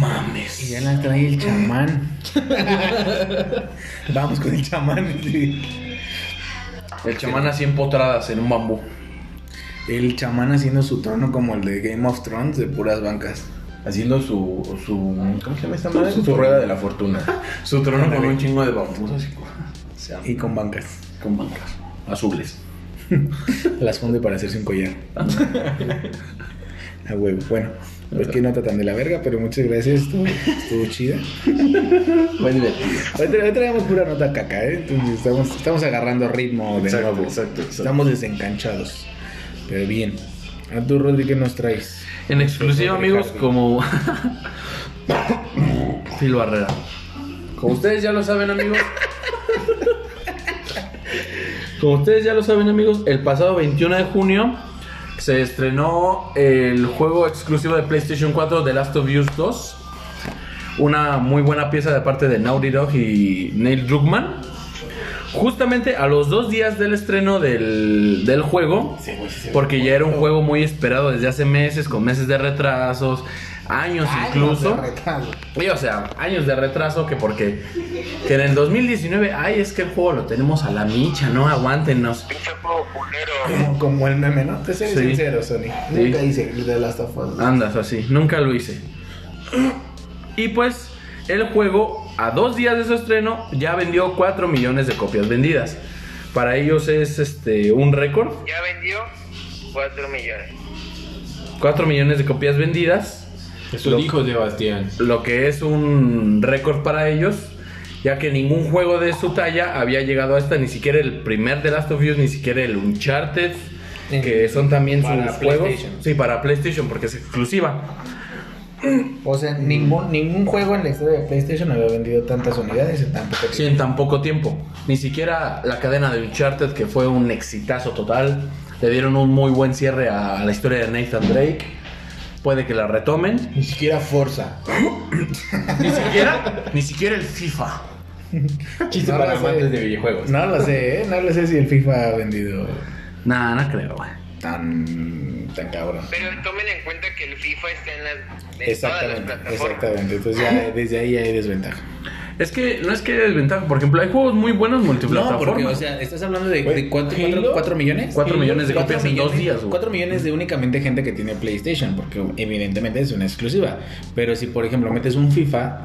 [SPEAKER 2] ya
[SPEAKER 1] mames.
[SPEAKER 2] la trae el chamán. Vamos con el chamán.
[SPEAKER 1] El chamán así empotradas en un bambú.
[SPEAKER 2] El chamán haciendo su trono como el de Game of Thrones de puras bancas.
[SPEAKER 3] Haciendo su, su. ¿Cómo se llama esta madre? Su rueda de la fortuna.
[SPEAKER 1] Su trono con un chingo de bambús así.
[SPEAKER 2] Y con bancas.
[SPEAKER 1] Con bancas. Azules.
[SPEAKER 2] Las funde para hacerse un collar. A huevo. Bueno, pues que nota tan de la verga, pero muchas gracias. Estuvo, estuvo chida.
[SPEAKER 3] Fue divertido.
[SPEAKER 2] Hoy, tra- hoy traemos pura nota caca, ¿eh? Entonces estamos, estamos agarrando ritmo de
[SPEAKER 1] Exacto,
[SPEAKER 2] nuevo.
[SPEAKER 1] exacto, exacto.
[SPEAKER 2] Estamos desencanchados. Pero bien. A tú, Rodri, ¿qué nos traes?
[SPEAKER 1] En exclusiva, amigos,
[SPEAKER 2] Ricardo.
[SPEAKER 1] como. Phil Barrera. Como ustedes ya lo saben, amigos. Como ustedes ya lo saben, amigos, el pasado 21 de junio se estrenó el juego exclusivo de PlayStation 4 de Last of Us 2. Una muy buena pieza de parte de Naughty Dog y Neil Druckmann. Justamente a los dos días del estreno del, del juego, porque ya era un juego muy esperado desde hace meses, con meses de retrasos, años incluso. Y, o sea, años de retraso que porque que en el 2019, ay, es que el juego lo tenemos a la micha, no aguántenos.
[SPEAKER 4] Pinche juego culero.
[SPEAKER 2] Como, como el meme, ¿no? Te seré
[SPEAKER 1] Sí.
[SPEAKER 2] sincero, Sony.
[SPEAKER 1] Sí.
[SPEAKER 2] Nunca hice el de Last of Us.
[SPEAKER 1] Andas así, nunca lo hice. Y pues el juego a dos días de su estreno ya vendió 4 millones de copias vendidas. Para ellos es este un récord,
[SPEAKER 4] Ya vendió 4 millones.
[SPEAKER 1] 4 millones de copias vendidas.
[SPEAKER 3] Eso
[SPEAKER 1] Lo-
[SPEAKER 3] dijo Sebastián.
[SPEAKER 1] lo que es un récord para ellos, ya que ningún juego de su talla había llegado a esta, ni siquiera el primer The Last of Us, ni siquiera el Uncharted,
[SPEAKER 2] Sí.
[SPEAKER 1] que son también
[SPEAKER 2] Para
[SPEAKER 1] sus juegos.
[SPEAKER 2] PlayStation.
[SPEAKER 1] Sí, para PlayStation, porque es exclusiva.
[SPEAKER 2] O sea, ningún, ningún juego en la historia de PlayStation había vendido tantas unidades en tan poco
[SPEAKER 1] Sí, en tan poco tiempo. Ni siquiera la cadena de Uncharted, que fue un exitazo total. Le dieron un muy buen cierre a la historia de Nathan Drake. Puede que la retomen.
[SPEAKER 3] Ni siquiera Forza.
[SPEAKER 1] Ni siquiera, ni siquiera el FIFA.
[SPEAKER 6] Chiste
[SPEAKER 3] No,
[SPEAKER 6] para
[SPEAKER 3] para amantes
[SPEAKER 6] hacer-
[SPEAKER 3] de videojuegos.
[SPEAKER 2] No lo sé, ¿eh? No lo sé si el FIFA ha vendido
[SPEAKER 1] Nah, no creo, güey.
[SPEAKER 2] tan, tan cabrón.
[SPEAKER 4] Pero tomen en cuenta que el FIFA está en, las, en todas las
[SPEAKER 2] Exactamente,
[SPEAKER 4] plataformas.
[SPEAKER 2] exactamente. Entonces ya desde ahí hay desventaja.
[SPEAKER 1] Es que no es que haya desventaja. Por ejemplo, hay juegos muy buenos
[SPEAKER 2] No,
[SPEAKER 1] multiplataforma.
[SPEAKER 2] porque, o sea, estás hablando de,
[SPEAKER 6] Güey,
[SPEAKER 2] de cuánto-
[SPEAKER 6] Halo-
[SPEAKER 2] cuatro- cuatro millones.
[SPEAKER 1] Cuatro millones de
[SPEAKER 2] Cuatro
[SPEAKER 1] copias en dos
[SPEAKER 2] millones-
[SPEAKER 1] días, güey.
[SPEAKER 2] cuatro millones de únicamente gente que tiene PlayStation, porque evidentemente es una exclusiva. Pero si, por ejemplo, metes un FIFA,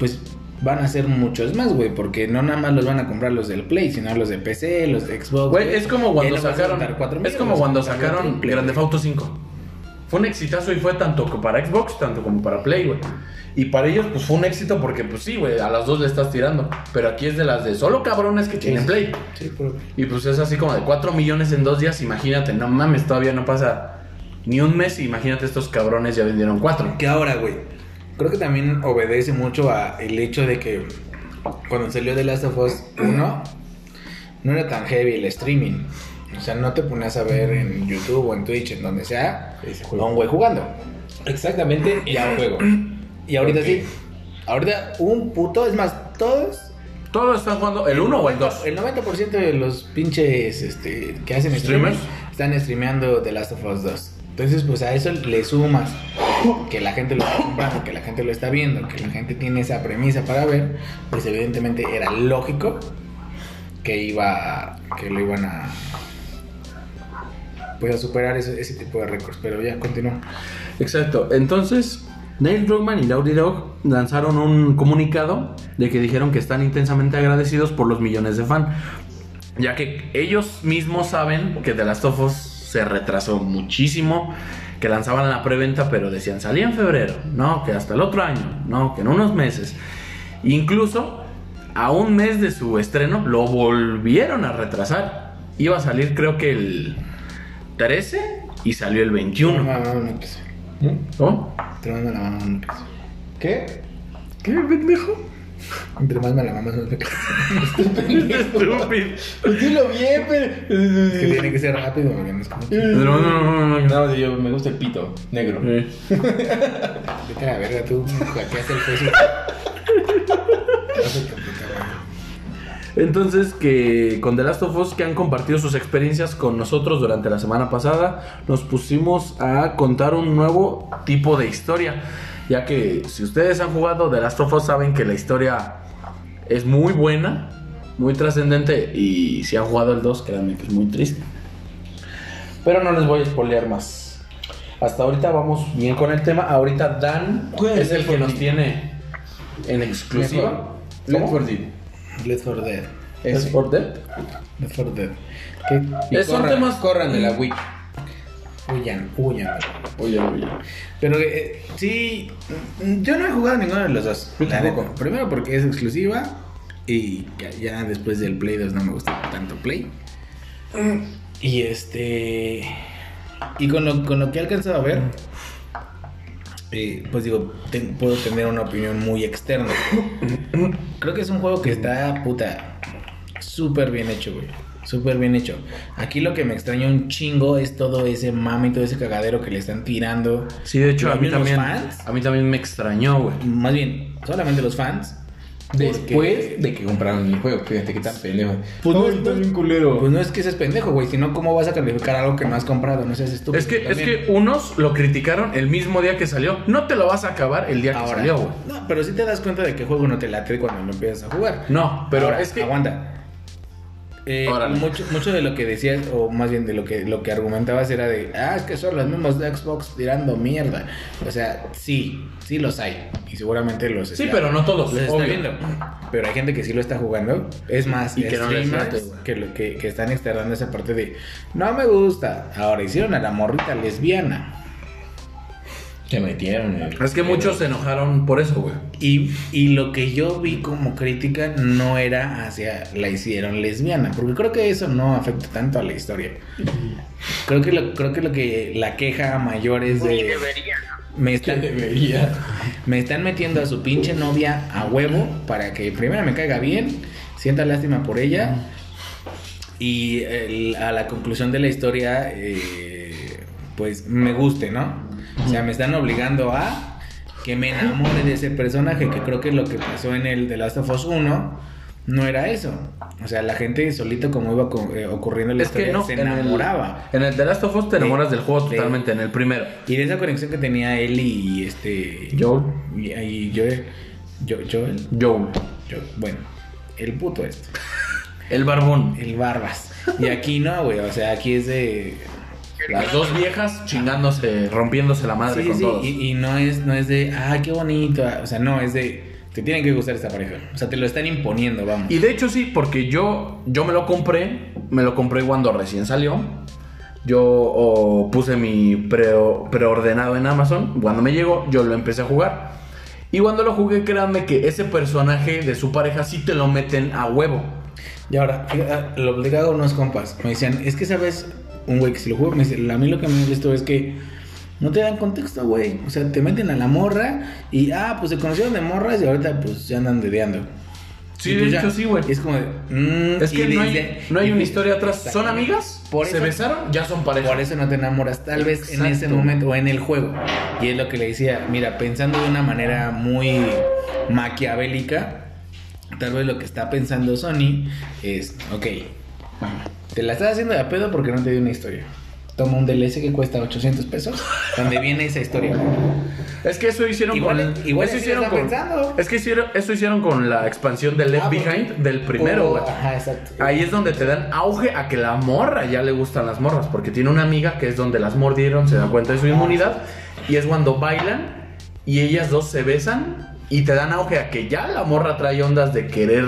[SPEAKER 2] pues van a ser muchos más, güey, porque no nada más los van a comprar los del Play, sino los de PC, los de Xbox.
[SPEAKER 1] Güey, es como cuando sacaron. Es como cuando sacaron Grand
[SPEAKER 2] grande
[SPEAKER 1] Theft Auto 5. Fue un exitazo y fue tanto que para Xbox, tanto como para Play, güey. Y para ellos, pues fue un éxito porque, pues sí, güey, a las dos le estás tirando. Pero aquí es de las de solo cabrones que tienen Play. Y pues es así como de 4 millones en dos días, imagínate, no mames, todavía no pasa ni un mes, imagínate estos cabrones ya vendieron 4.
[SPEAKER 2] Que ahora, güey, creo que también obedece mucho a el hecho de que cuando salió The Last of Us 1, no era tan heavy el streaming. O sea, no te ponías a ver en YouTube o en Twitch, en donde sea, a un güey jugando.
[SPEAKER 6] Exactamente,
[SPEAKER 2] Y a un juego. Y ahorita sí. Ahorita un puto, es más, todos,
[SPEAKER 1] Todos están jugando el 1 o el 2.
[SPEAKER 2] el 90% de los pinches este, que hacen
[SPEAKER 1] ¿Streamers?
[SPEAKER 2] streamers están streameando The Last of Us 2. Entonces, pues a eso le sumas que la gente lo está comprando, que la gente lo está viendo, que la gente tiene esa premisa para ver, pues evidentemente era lógico que iba a- que lo iban a pues a superar eso- ese tipo de récords, pero ya continúa.
[SPEAKER 1] Exacto. Entonces, Neil Druckmann y Laurie Dog lanzaron un comunicado de que dijeron que están intensamente agradecidos por los millones de fan, ya que ellos mismos saben que The Last of Us se retrasó muchísimo, que lanzaban la preventa, pero decían salía en febrero, no, que hasta el otro año, no, que en unos meses. Incluso a un mes de su estreno lo volvieron a retrasar. Iba a salir creo que el 13 y salió el 21.
[SPEAKER 2] No, no, no, pues,
[SPEAKER 1] ¿no?
[SPEAKER 2] Entre más me la mamas, no pesa.
[SPEAKER 6] ¿Qué?
[SPEAKER 1] ¿Qué pendejo?
[SPEAKER 2] Entre más me la mamas, no pesa.
[SPEAKER 1] Estúpido.
[SPEAKER 6] Pues dilo bien,
[SPEAKER 2] Es que
[SPEAKER 6] pero.
[SPEAKER 2] tiene que ser rápido, porque no es como...
[SPEAKER 1] No, no, no, no.
[SPEAKER 3] No, yo me gusta el pito negro.
[SPEAKER 1] Eh,
[SPEAKER 2] Vete a la verga, tú hackeaste el Facebook.
[SPEAKER 1] Entonces, que con The Last of Us, que han compartido sus experiencias con nosotros durante la semana pasada, nos pusimos a contar un nuevo tipo de historia. Ya que si ustedes han jugado The Last of Us, saben que la historia es muy buena, muy trascendente. Y si han jugado el 2, créanme que es muy triste. Pero no les voy a spoilear más. Hasta ahorita vamos bien con el tema. Ahorita Dan
[SPEAKER 3] Güey,
[SPEAKER 1] es el
[SPEAKER 3] Left
[SPEAKER 1] que
[SPEAKER 3] 4
[SPEAKER 1] nos
[SPEAKER 3] Dead.
[SPEAKER 1] tiene en exclusiva.
[SPEAKER 3] Left
[SPEAKER 1] ¿Cómo?
[SPEAKER 3] 4 Dead.
[SPEAKER 2] Left 4 Dead.
[SPEAKER 1] Es for Dead.
[SPEAKER 2] Left 4 Dead. Que
[SPEAKER 3] Y
[SPEAKER 1] Es- son
[SPEAKER 3] corran-
[SPEAKER 1] temas-
[SPEAKER 3] Corran de la Wii.
[SPEAKER 2] huyan, huyan.
[SPEAKER 1] Oye, oye.
[SPEAKER 2] Pero eh, sí, mm, yo no he jugado ninguno de los dos.
[SPEAKER 3] Yo
[SPEAKER 2] la
[SPEAKER 3] tampoco.
[SPEAKER 2] neta. Primero porque es exclusiva y ya, ya después del Play 2 no me gusta tanto Play. Y este... Y con lo, con lo que he alcanzado a ver, eh, pues digo, te- puedo tener una opinión muy externa. Creo que es un juego que está puta súper bien hecho, güey. Súper bien hecho. Aquí lo que me extraña un chingo es todo ese mame y todo ese cagadero que le están tirando.
[SPEAKER 1] Sí, de hecho,
[SPEAKER 2] ¿Los
[SPEAKER 1] a mí
[SPEAKER 2] mismos
[SPEAKER 1] también.
[SPEAKER 2] fans?
[SPEAKER 1] A mí también me extrañó, güey.
[SPEAKER 2] Más bien, solamente los fans.
[SPEAKER 3] Después
[SPEAKER 2] Porque-
[SPEAKER 3] de que compraron el juego, fíjate qué tan pendejo.
[SPEAKER 2] Pues no,
[SPEAKER 3] Ay,
[SPEAKER 2] no.
[SPEAKER 3] bien culero.
[SPEAKER 2] Pues no es que seas pendejo, güey, sino cómo vas a calificar algo que no has comprado, no seas estúpido.
[SPEAKER 1] Es que, es
[SPEAKER 2] también.
[SPEAKER 1] que unos lo criticaron el mismo día que salió. No te lo vas a acabar el día que
[SPEAKER 2] Ahora,
[SPEAKER 1] salió, güey.
[SPEAKER 2] no, pero sí te das cuenta de que el juego no te late cuando lo empiezas a jugar.
[SPEAKER 1] No, pero
[SPEAKER 2] Ahora,
[SPEAKER 1] es que.
[SPEAKER 2] Aguanta. Eh,
[SPEAKER 1] Órale.
[SPEAKER 2] mucho, mucho de lo que decías, o más bien de lo que, lo que argumentabas, era de, ah, es que son los mismos de Xbox tirando mierda. O sea, sí, sí los hay. Y seguramente los
[SPEAKER 1] Sí,
[SPEAKER 2] está-
[SPEAKER 1] pero no todos.
[SPEAKER 2] los está
[SPEAKER 1] obvio.
[SPEAKER 2] viendo. Pero hay gente que sí lo está jugando. Es más,
[SPEAKER 1] Y que no les
[SPEAKER 2] streamers
[SPEAKER 1] late, güey.
[SPEAKER 2] que, lo- que, que están externando esa parte de, no me gusta. Ahora hicieron a la morrita lesbiana.
[SPEAKER 3] Se metieron. eh.
[SPEAKER 1] Es que muchos se enojaron por eso, güey.
[SPEAKER 2] Y, y lo que yo vi como crítica no era hacia la hicieron lesbiana, porque creo que eso no afecta tanto a la historia. Creo que lo, creo que, lo que la queja mayor es
[SPEAKER 4] Ni
[SPEAKER 2] de
[SPEAKER 4] debería, ¿no?
[SPEAKER 2] me
[SPEAKER 3] ¿Qué
[SPEAKER 2] están,
[SPEAKER 3] debería?
[SPEAKER 2] me están metiendo a su pinche novia a huevo para que primero me caiga bien, sienta lástima por ella y el- a la conclusión de la historia eh, pues me guste, ¿no? O sea, me están obligando a que me enamore de ese personaje, que creo que es lo que pasó en el The Last of Us 1, no era eso. O sea, la gente solito como iba co- eh, ocurriendo la
[SPEAKER 1] Es
[SPEAKER 2] historia
[SPEAKER 1] que no,
[SPEAKER 2] se
[SPEAKER 1] en el-
[SPEAKER 2] enamoraba.
[SPEAKER 1] En el The Last of Us te enamoras
[SPEAKER 2] Sí.
[SPEAKER 1] del juego
[SPEAKER 2] Sí.
[SPEAKER 1] totalmente, en el primero.
[SPEAKER 2] Y de esa conexión que tenía él y este...
[SPEAKER 1] Joel.
[SPEAKER 2] Y, y Joel. Jo- Joel.
[SPEAKER 1] Joel.
[SPEAKER 2] Joel. Bueno, el puto este.
[SPEAKER 1] El barbón.
[SPEAKER 2] El Barbas. Y aquí no, güey. O sea, aquí es de.
[SPEAKER 1] Las dos viejas chingándose, rompiéndose la madre
[SPEAKER 2] Sí,
[SPEAKER 1] Ah, con
[SPEAKER 2] sí,
[SPEAKER 1] todos.
[SPEAKER 2] Y, y no es, no es de, ah, qué bonito. ah, O sea, no, es de. Te tienen que gustar esta pareja. O sea, te lo están imponiendo, vamos.
[SPEAKER 1] Y de hecho sí, porque yo, yo me lo compré, me lo compré cuando recién salió. Yo o, puse mi pre- preordenado en Amazon, cuando me llegó yo lo empecé a jugar. Y cuando lo jugué, créanme que ese personaje de su pareja sí te lo meten a huevo.
[SPEAKER 2] Y ahora, fíjate, lo obligaba a unos compas. Me decían, es que sabes, un güey que se lo juro, me dice, a mí lo que me molestó es que no te dan contexto, güey. O sea, te meten a la morra y, ah, pues se conocieron de morras y ahorita pues ya andan dedeando.
[SPEAKER 1] Sí,
[SPEAKER 2] Y
[SPEAKER 1] de
[SPEAKER 2] pues ya.
[SPEAKER 1] hecho sí, güey.
[SPEAKER 2] Y Es como de, mm,
[SPEAKER 1] Es
[SPEAKER 2] y
[SPEAKER 1] que no hay,
[SPEAKER 2] desde-
[SPEAKER 1] no hay
[SPEAKER 2] y
[SPEAKER 1] una
[SPEAKER 2] pues,
[SPEAKER 1] historia atrás. ¿Son
[SPEAKER 2] exactamente.
[SPEAKER 1] amigas?
[SPEAKER 2] Por
[SPEAKER 1] ¿Se
[SPEAKER 2] eso-
[SPEAKER 1] besaron? Ya son pareja.
[SPEAKER 2] Por eso no te enamoras, tal vez en ese
[SPEAKER 1] Exacto.
[SPEAKER 2] momento o en el juego. Y es lo que le decía, mira, pensando de una manera muy maquiavélica, tal vez lo que está pensando Sony es, ok, te la estás haciendo de a pedo porque no te dio una historia. Toma un DLC que cuesta 800 pesos, donde viene esa historia.
[SPEAKER 1] Es que eso hicieron
[SPEAKER 2] Igual-
[SPEAKER 1] con.
[SPEAKER 2] igual
[SPEAKER 1] eso
[SPEAKER 2] así lo
[SPEAKER 1] hicieron
[SPEAKER 2] están
[SPEAKER 1] con.
[SPEAKER 2] pensando.
[SPEAKER 1] Es que hicieron, eso hicieron con la expansión de Left
[SPEAKER 2] Ah, porque-
[SPEAKER 1] Behind del primero,
[SPEAKER 2] Oh,
[SPEAKER 1] güey.
[SPEAKER 2] Ajá, exacto.
[SPEAKER 1] Ahí es donde te dan auge a que la morra ya le gustan las morras, porque tiene una amiga que es donde las mordieron, se da cuenta de su inmunidad, y es cuando bailan y ellas dos se besan y te dan auge a que ya la morra trae ondas de querer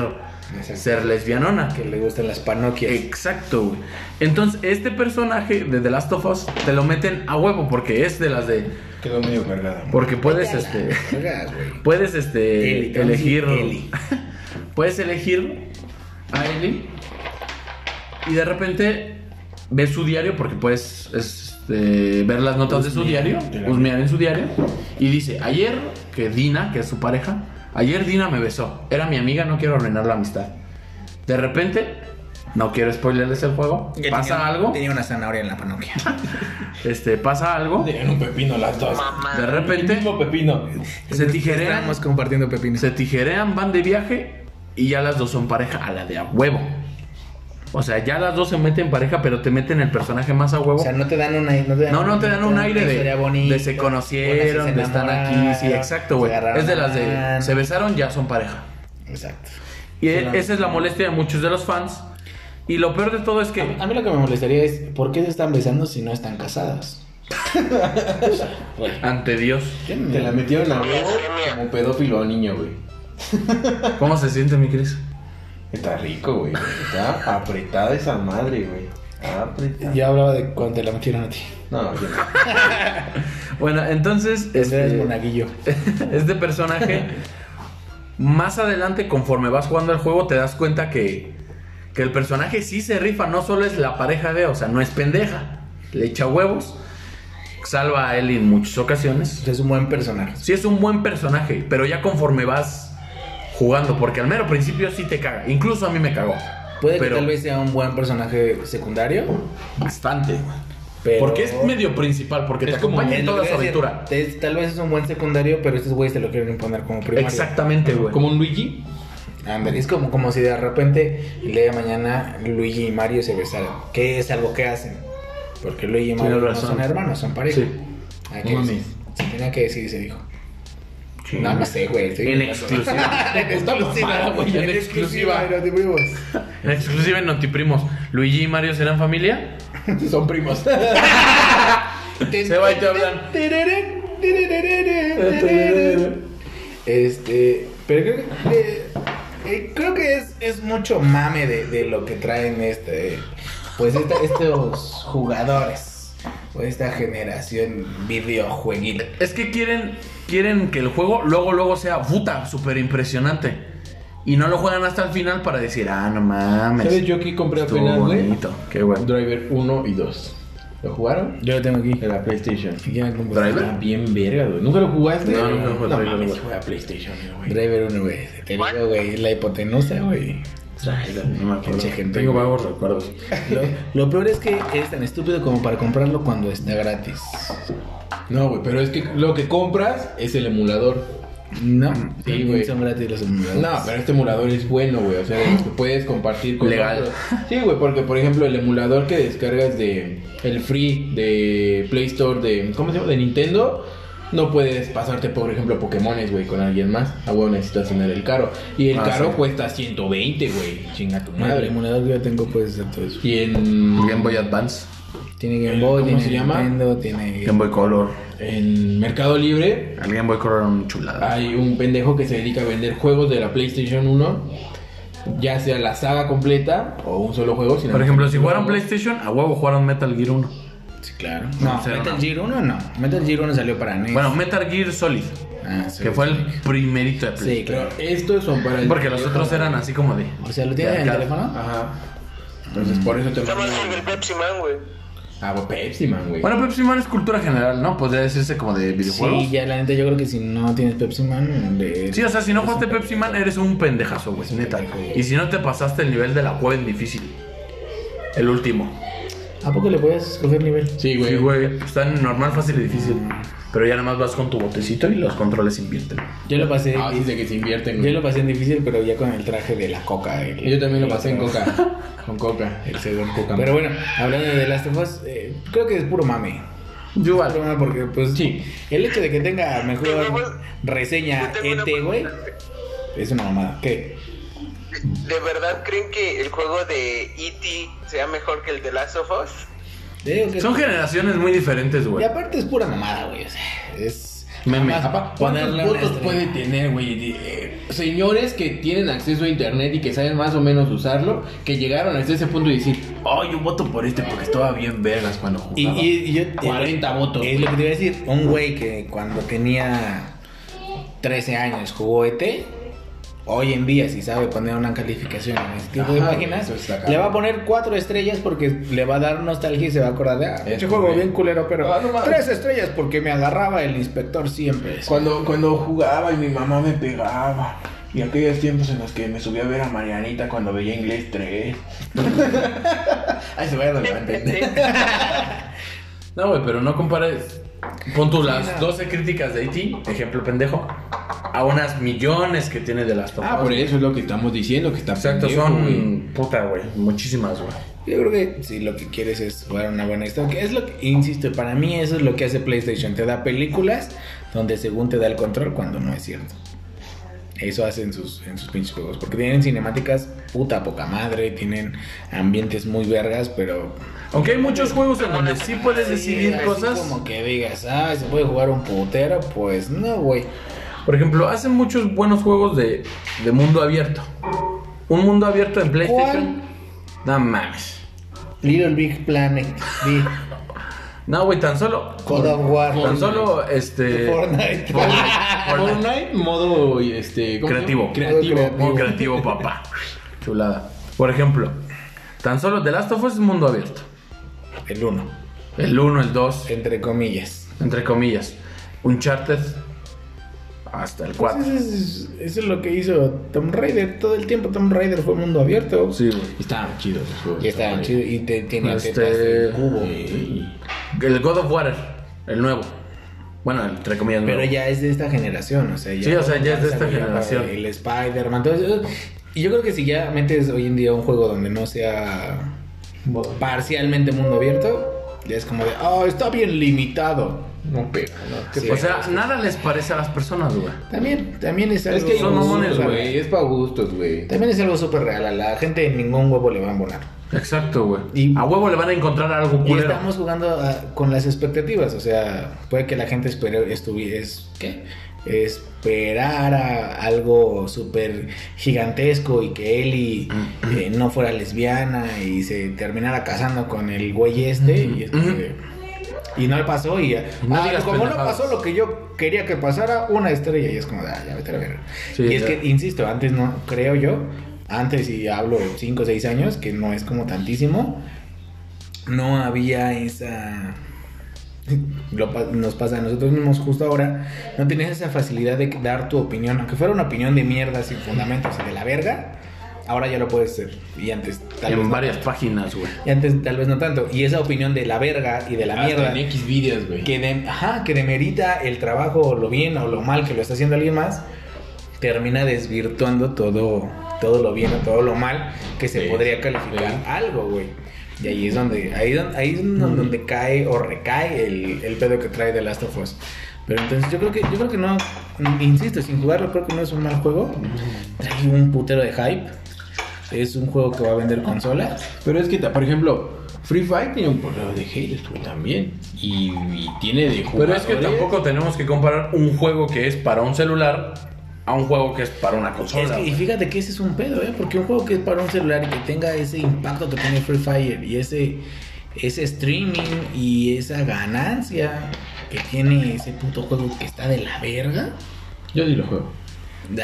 [SPEAKER 2] Exacto.
[SPEAKER 1] ser lesbianona.
[SPEAKER 2] Que le gustan las panoquias.
[SPEAKER 1] Eh, Exacto, güey. Entonces, este personaje de The Last of Us te lo meten a huevo porque es de las de.
[SPEAKER 3] Quedó medio cargada.
[SPEAKER 1] Porque puedes, este.
[SPEAKER 2] Vergas, güey.
[SPEAKER 1] Puedes, este.
[SPEAKER 2] Eli, te vamos a decir
[SPEAKER 1] elegir.
[SPEAKER 2] Eli.
[SPEAKER 1] Puedes elegir a Eli. Y de repente ves su diario, porque puedes este, ver las notas de su diario,
[SPEAKER 3] de la-
[SPEAKER 1] husmear en su diario. Y dice: Ayer que Dina, que es su pareja, ayer Dina me besó. Era mi amiga, no quiero arruinar la amistad. De repente, no quiero spoilerles el juego.
[SPEAKER 2] Que
[SPEAKER 1] Pasa
[SPEAKER 2] tenía-
[SPEAKER 1] algo.
[SPEAKER 2] Tenía una zanahoria en la panoquia.
[SPEAKER 1] Este, pasa algo.
[SPEAKER 3] Tenían un pepino las dos.
[SPEAKER 4] Mamá.
[SPEAKER 1] De
[SPEAKER 3] El
[SPEAKER 1] repente,
[SPEAKER 3] mismo pepino.
[SPEAKER 1] se tijerean.
[SPEAKER 2] Estábamos compartiendo pepinos.
[SPEAKER 1] Se tijerean, van de viaje y ya las dos son pareja a la de a huevo. O sea, ya las dos se meten pareja, pero te meten el personaje más a huevo.
[SPEAKER 2] O sea, no te dan un aire. No, te dan,
[SPEAKER 1] no, no te dan un aire
[SPEAKER 2] historia
[SPEAKER 1] de,
[SPEAKER 2] bonita,
[SPEAKER 1] de se
[SPEAKER 2] una
[SPEAKER 1] conocieron,
[SPEAKER 2] se
[SPEAKER 1] de están
[SPEAKER 2] enamoraron,
[SPEAKER 1] aquí. Sí, exacto, güey.
[SPEAKER 2] se agarraron
[SPEAKER 1] Es de las de
[SPEAKER 2] mano.
[SPEAKER 1] se besaron, ya son pareja.
[SPEAKER 2] Exacto.
[SPEAKER 1] Y
[SPEAKER 2] Sí,
[SPEAKER 1] e-
[SPEAKER 2] la-
[SPEAKER 1] esa es la molestia de muchos de los fans. Y lo peor de todo es que.
[SPEAKER 2] A mí lo que me molestaría es, ¿por qué se están besando si no están casadas? Güey,
[SPEAKER 1] Ante Dios,
[SPEAKER 3] Te la metieron a huevo como pedófilo al niño, güey.
[SPEAKER 1] ¿cómo se siente, mi Cris?
[SPEAKER 3] Está rico, güey. Está apretada esa madre, güey. Apretada.
[SPEAKER 2] Yo hablaba de cuando te la metieron a ti.
[SPEAKER 3] No, yo no.
[SPEAKER 1] Bueno, entonces.
[SPEAKER 2] Este eres
[SPEAKER 1] este,
[SPEAKER 2] monaguillo.
[SPEAKER 1] este personaje, más adelante, conforme vas jugando el juego, te das cuenta que, que el personaje sí se rifa, no solo es la pareja de, o sea, no es pendeja, le echa huevos, salva a él en muchas ocasiones.
[SPEAKER 2] Es un buen personaje.
[SPEAKER 1] Sí es un buen personaje, pero ya conforme vas jugando, porque al mero principio sí te caga, incluso a mí me cagó.
[SPEAKER 2] Puede
[SPEAKER 1] pero
[SPEAKER 2] que tal vez sea un buen personaje secundario,
[SPEAKER 1] bastante.
[SPEAKER 2] pero...
[SPEAKER 1] Porque es medio principal, porque te acompaña en
[SPEAKER 2] Es lo
[SPEAKER 1] toda
[SPEAKER 2] que
[SPEAKER 1] su
[SPEAKER 2] voy a decir,
[SPEAKER 1] aventura.
[SPEAKER 2] es- tal vez es un buen secundario, pero estos güeyes te lo quieren imponer como primario.
[SPEAKER 1] Exactamente, güey.
[SPEAKER 3] Como un Luigi.
[SPEAKER 2] Ándale, es como, como si de repente el día de mañana Luigi y Mario se besaran. Que es algo que hacen. Porque Luigi y Mario
[SPEAKER 1] Tienes
[SPEAKER 2] no
[SPEAKER 1] razón.
[SPEAKER 2] son hermanos, son pareja.
[SPEAKER 1] Sí.
[SPEAKER 2] Hay que
[SPEAKER 3] No
[SPEAKER 2] decir-
[SPEAKER 3] mames.
[SPEAKER 2] se tenía que decir, se dijo. No, no sé, güey. estoy-
[SPEAKER 1] En exclusiva.
[SPEAKER 2] En exclusiva, güey. En exclusiva.
[SPEAKER 1] En exclusiva en Notiprimos, Luigi y Mario serán familia.
[SPEAKER 3] Son primos.
[SPEAKER 1] Se va y te hablan.
[SPEAKER 2] Este, pero creo que, eh, eh, creo que es, es mucho mame de, de lo que traen este, pues esta- estos jugadores, o esta generación videojueguil.
[SPEAKER 1] Es que quieren, quieren que el juego luego, luego sea puta, súper impresionante. Y no lo juegan hasta el final para decir, ah, no mames.
[SPEAKER 3] ¿Sabes yo aquí compré
[SPEAKER 1] estuvo
[SPEAKER 3] apenas, güey?
[SPEAKER 1] bonito. Qué bueno.
[SPEAKER 3] Driver 1 y 2. ¿Lo jugaron?
[SPEAKER 2] Yo lo tengo aquí.
[SPEAKER 3] En la PlayStation.
[SPEAKER 1] ¿Driver?
[SPEAKER 3] Bien verga, güey. ¿Nunca lo jugaste?
[SPEAKER 1] No, nunca jugué
[SPEAKER 3] No
[SPEAKER 1] Driver,
[SPEAKER 3] mames,
[SPEAKER 1] güey.
[SPEAKER 3] jugué a PlayStation, güey.
[SPEAKER 2] Driver 1, güey. Te digo, güey, la hipotenusa, güey.
[SPEAKER 1] No me acuerdo.
[SPEAKER 2] Pinche gente.
[SPEAKER 1] Tengo vagos recuerdos.
[SPEAKER 2] Lo, lo peor es que es tan estúpido como para comprarlo cuando está gratis.
[SPEAKER 3] No, güey, pero es que lo que compras es el emulador.
[SPEAKER 2] No,
[SPEAKER 3] Sí, güey.
[SPEAKER 2] son gratis los emuladores.
[SPEAKER 3] No, pero este emulador es bueno, güey. O sea, de los que puedes compartir con
[SPEAKER 2] Legal.
[SPEAKER 3] otros. Sí, güey, porque por ejemplo el emulador que descargas de el free de Play Store de ¿cómo se llama? de Nintendo. No puedes pasarte, por ejemplo, Pokémones, güey, con alguien más. Ah, güey, necesitas tener el caro. Y el
[SPEAKER 2] Ah,
[SPEAKER 3] caro
[SPEAKER 2] sí.
[SPEAKER 3] cuesta 120, güey. Chinga tu
[SPEAKER 2] el
[SPEAKER 3] madre.
[SPEAKER 2] emulador que yo tengo puede ser todo eso.
[SPEAKER 3] Y en.
[SPEAKER 2] Game Boy Advance. Tiene Game Boy,
[SPEAKER 3] ¿Cómo
[SPEAKER 2] tiene
[SPEAKER 3] se llama?
[SPEAKER 2] Nintendo, tiene
[SPEAKER 1] Game Boy Color.
[SPEAKER 3] En Mercado Libre.
[SPEAKER 1] El Game Boy Color era un chulada.
[SPEAKER 3] Hay un pendejo que se dedica a vender juegos de la PlayStation 1. Ya sea la saga completa o un solo juego. sino-
[SPEAKER 1] Por ejemplo, si jugaron PlayStation, a huevo jugaron Metal Gear 1.
[SPEAKER 2] Sí, claro.
[SPEAKER 1] No,
[SPEAKER 2] No,
[SPEAKER 1] cero,
[SPEAKER 2] Metal
[SPEAKER 1] no.
[SPEAKER 2] Gear 1 no. Metal Gear 1 salió para NES.
[SPEAKER 1] Bueno, Metal Gear Solid,
[SPEAKER 2] Ah, sí,
[SPEAKER 1] que fue
[SPEAKER 2] sí.
[SPEAKER 1] el primerito de PlayStation.
[SPEAKER 2] Sí,
[SPEAKER 3] Pero
[SPEAKER 2] claro.
[SPEAKER 3] estos son para el.
[SPEAKER 1] Porque los otros eran así como de.
[SPEAKER 2] O sea, ¿lo tienes
[SPEAKER 1] de
[SPEAKER 2] en el
[SPEAKER 1] acá.
[SPEAKER 2] teléfono?
[SPEAKER 3] Ajá. Entonces por eso te
[SPEAKER 4] Nada más
[SPEAKER 3] mando-
[SPEAKER 4] sirve el Pepsi Man, güey.
[SPEAKER 3] Ah, pues, Pepsi Man, güey.
[SPEAKER 1] Bueno, Pepsi Man es cultura general, ¿no? Podría decirse como de videojuegos.
[SPEAKER 2] Sí, ya la neta yo creo que si no tienes Pepsi Man... le-
[SPEAKER 1] Sí, o sea, si no
[SPEAKER 2] es un
[SPEAKER 1] jugaste Pepsi Man, eres un pendejazo, güey, neta. Y si no te pasaste el nivel de la en difícil, el último.
[SPEAKER 2] ¿A poco le podías escoger nivel?
[SPEAKER 3] sí, güey.
[SPEAKER 1] Sí, güey, está en normal, fácil y difícil. Pero ya nada más vas con tu botecito y los controles invierten.
[SPEAKER 2] Yo lo pasé...
[SPEAKER 3] Ah, sí, de que se invierten,
[SPEAKER 2] Yo
[SPEAKER 3] güey.
[SPEAKER 2] lo pasé en difícil, pero ya con el traje de la coca. el-
[SPEAKER 3] Yo también lo
[SPEAKER 2] el
[SPEAKER 3] pasé en
[SPEAKER 2] otro.
[SPEAKER 3] Coca. Con Coca. El Cedor Coca.
[SPEAKER 2] Pero bueno, hablando de The Last of Us, eh, creo que es puro mame.
[SPEAKER 1] Yo
[SPEAKER 2] Puro mame porque, pues,
[SPEAKER 3] Sí.
[SPEAKER 2] el hecho de que tenga
[SPEAKER 4] Pero, güey,
[SPEAKER 2] mejor reseña
[SPEAKER 4] yo tengo una
[SPEAKER 2] ET, güey, es una mamada. ¿Qué?
[SPEAKER 4] ¿De, de verdad creen que el juego de E.T. sea mejor que el de Last of Us?
[SPEAKER 2] Te digo que-
[SPEAKER 1] Son generaciones muy diferentes,
[SPEAKER 2] Y
[SPEAKER 1] güey.
[SPEAKER 2] aparte es pura mamada, güey. O sea, es...
[SPEAKER 1] Meme.
[SPEAKER 2] nada más
[SPEAKER 3] Apa, ¿Cuántos
[SPEAKER 2] ponerle una
[SPEAKER 3] puntos
[SPEAKER 2] estrella.
[SPEAKER 3] puede tener, güey? De- eh, Señores que tienen acceso a internet y que saben más o menos usarlo, que llegaron hasta ese punto y decir, oh, yo voto por este porque estaba bien vergas cuando
[SPEAKER 2] Y,
[SPEAKER 3] jugaba.
[SPEAKER 2] y, y yo...
[SPEAKER 3] 40 votos.
[SPEAKER 2] Es lo que te iba a decir. Un güey que cuando tenía 13 años jugó ET, hoy en día, si sabe poner una calificación en este tipo de
[SPEAKER 3] Ajá,
[SPEAKER 2] páginas,
[SPEAKER 3] eso está cabrón.
[SPEAKER 2] le va a poner 4 estrellas porque le va a dar nostalgia y se va a acordar de, ah,
[SPEAKER 3] Es
[SPEAKER 2] yo juego
[SPEAKER 3] correcto.
[SPEAKER 2] bien culero, pero
[SPEAKER 3] Ah, no mames.
[SPEAKER 2] 3 estrellas porque me agarraba el inspector siempre.
[SPEAKER 3] Cuando, cuando jugaba y mi mamá me pegaba. Y aquellos tiempos en los que me subía a ver a Marianita cuando veía inglés 3. Ay, se vaya a entender.
[SPEAKER 1] No, güey, pero no compares. Pon tú las 12 críticas de Haití, ejemplo pendejo, a unas millones que tiene de las tomas.
[SPEAKER 3] Ah, por eso es lo que estamos diciendo, que está
[SPEAKER 1] Exacto,
[SPEAKER 3] pendejo,
[SPEAKER 1] son.
[SPEAKER 3] güey.
[SPEAKER 1] Puta, güey. Muchísimas, güey.
[SPEAKER 2] Yo creo que si lo que quieres es jugar una buena historia, que es lo que, insisto, para mí eso es lo que hace PlayStation, te da películas donde según te da el control cuando no es cierto. Eso hacen sus, en sus pinches juegos, porque tienen cinemáticas puta poca madre, tienen ambientes muy vergas, pero...
[SPEAKER 1] Aunque hay muchos juegos en donde sí puedes decidir
[SPEAKER 2] así
[SPEAKER 1] cosas.
[SPEAKER 2] Como que digas, ah, se puede jugar un putero, pues no, güey.
[SPEAKER 1] Por ejemplo, hacen muchos buenos juegos de, de mundo abierto. Un mundo abierto en PlayStation. No mames.
[SPEAKER 2] Little Big Planet, Big
[SPEAKER 1] No, güey, tan solo.
[SPEAKER 2] God of War,
[SPEAKER 1] Tan solo este.
[SPEAKER 2] Fortnite.
[SPEAKER 1] Fortnite.
[SPEAKER 3] Fortnite modo este ¿cómo se
[SPEAKER 1] Creativo.
[SPEAKER 3] llama? creativo.
[SPEAKER 2] Creativo.
[SPEAKER 1] Muy creativo, papá. Chulada. Por ejemplo, tan solo The Last of Us es mundo abierto.
[SPEAKER 2] el 1,
[SPEAKER 1] El 1, el 2,
[SPEAKER 2] entre comillas.
[SPEAKER 1] entre comillas. Uncharted hasta el 4.
[SPEAKER 2] Eso es, eso es lo que hizo Tom Raider. Todo el tiempo Tom Raider fue mundo abierto.
[SPEAKER 1] Sí, güey.
[SPEAKER 3] Estaban chidos los juegos.
[SPEAKER 2] Y estaba chido. Y te, tenía
[SPEAKER 1] Este-
[SPEAKER 2] tetas de cubo.
[SPEAKER 3] Sí.
[SPEAKER 1] El God of War, el nuevo. Bueno, entre comillas, nuevo.
[SPEAKER 2] Pero ya es de esta generación. O sea, ya
[SPEAKER 1] Sí, o sea, ya es de esta
[SPEAKER 2] desarrollaba
[SPEAKER 1] generación.
[SPEAKER 2] El Spider-Man. todo eso. Y yo creo que si ya metes hoy en día un juego donde no sea parcialmente mundo abierto, ya es como de, oh, está bien limitado.
[SPEAKER 3] No pega, no.
[SPEAKER 2] Sí.
[SPEAKER 1] o sea, nada les parece a las personas, güey.
[SPEAKER 2] También, también es algo.
[SPEAKER 3] Es que
[SPEAKER 1] Son
[SPEAKER 3] son
[SPEAKER 1] mamones,
[SPEAKER 3] mamones,
[SPEAKER 1] güey.
[SPEAKER 3] güey. Es pa' gustos, güey.
[SPEAKER 2] También es algo súper real. A la gente ningún huevo le va a embonar.
[SPEAKER 1] Exacto, güey.
[SPEAKER 2] Y-
[SPEAKER 1] A huevo le van a encontrar algo
[SPEAKER 2] Y
[SPEAKER 1] culero.
[SPEAKER 2] estamos jugando ah, con las expectativas, o sea, puede que la gente espere, estuvi- es- ¿qué? esperara algo súper gigantesco y que Eli eh, no fuera lesbiana y se terminara casando con el güey este. Y, es como de- y no le pasó y ya.
[SPEAKER 1] No
[SPEAKER 2] "Ah,
[SPEAKER 1] digas
[SPEAKER 2] como no
[SPEAKER 1] pendejadas".
[SPEAKER 2] pasó lo que yo quería que pasara, una estrella y es como, de, ah, ya vete a la verga".
[SPEAKER 1] Sí,
[SPEAKER 2] y es
[SPEAKER 1] ya.
[SPEAKER 2] que, insisto, antes no, creo yo, antes y hablo 5 o 6 años, que no es como tantísimo, no había esa... Lo pa- nos pasa a nosotros mismos justo ahora, no tenías esa facilidad de dar tu opinión, aunque fuera una opinión de mierda sin fundamentos o sea, de la verga, Ahora ya lo puedes hacer. Y antes tal vez
[SPEAKER 1] en
[SPEAKER 2] no.
[SPEAKER 1] varias páginas, güey.
[SPEAKER 2] Y antes tal vez no tanto. Y esa opinión de la verga y de
[SPEAKER 1] Ah,
[SPEAKER 2] la
[SPEAKER 3] Hasta
[SPEAKER 2] mierda
[SPEAKER 3] en X videos, güey.
[SPEAKER 2] que, de- ajá, que demerita el trabajo o lo bien o lo mal que lo está haciendo alguien más, termina desvirtuando todo, todo lo bien o todo lo mal que se
[SPEAKER 3] Sí,
[SPEAKER 2] podría calificar
[SPEAKER 3] sí.
[SPEAKER 2] algo, güey. Y ahí es donde, ahí, es don- ahí es don- donde cae o recae el, el pedo que trae The Last of Us. Pero entonces yo creo que, yo creo que no, insisto, sin jugarlo creo que no es un mal juego. Trae un putero de hype. Es un juego que va a vender consolas.
[SPEAKER 3] Pero es que, ta- por ejemplo, Free Fire tiene un problema de haters, güey, también. Y, y tiene de
[SPEAKER 1] Pero es
[SPEAKER 3] jugadores.
[SPEAKER 1] que tampoco tenemos que comparar un juego que es para un celular a un juego que es para una
[SPEAKER 2] Es
[SPEAKER 1] consola.
[SPEAKER 2] que- y
[SPEAKER 1] güey.
[SPEAKER 2] fíjate que ese es un pedo, ¿eh? Porque un juego que es para un celular y que tenga ese impacto que tiene Free Fire y ese, ese streaming y esa ganancia que tiene ese puto juego que está de la verga,
[SPEAKER 3] Yo sí lo juego.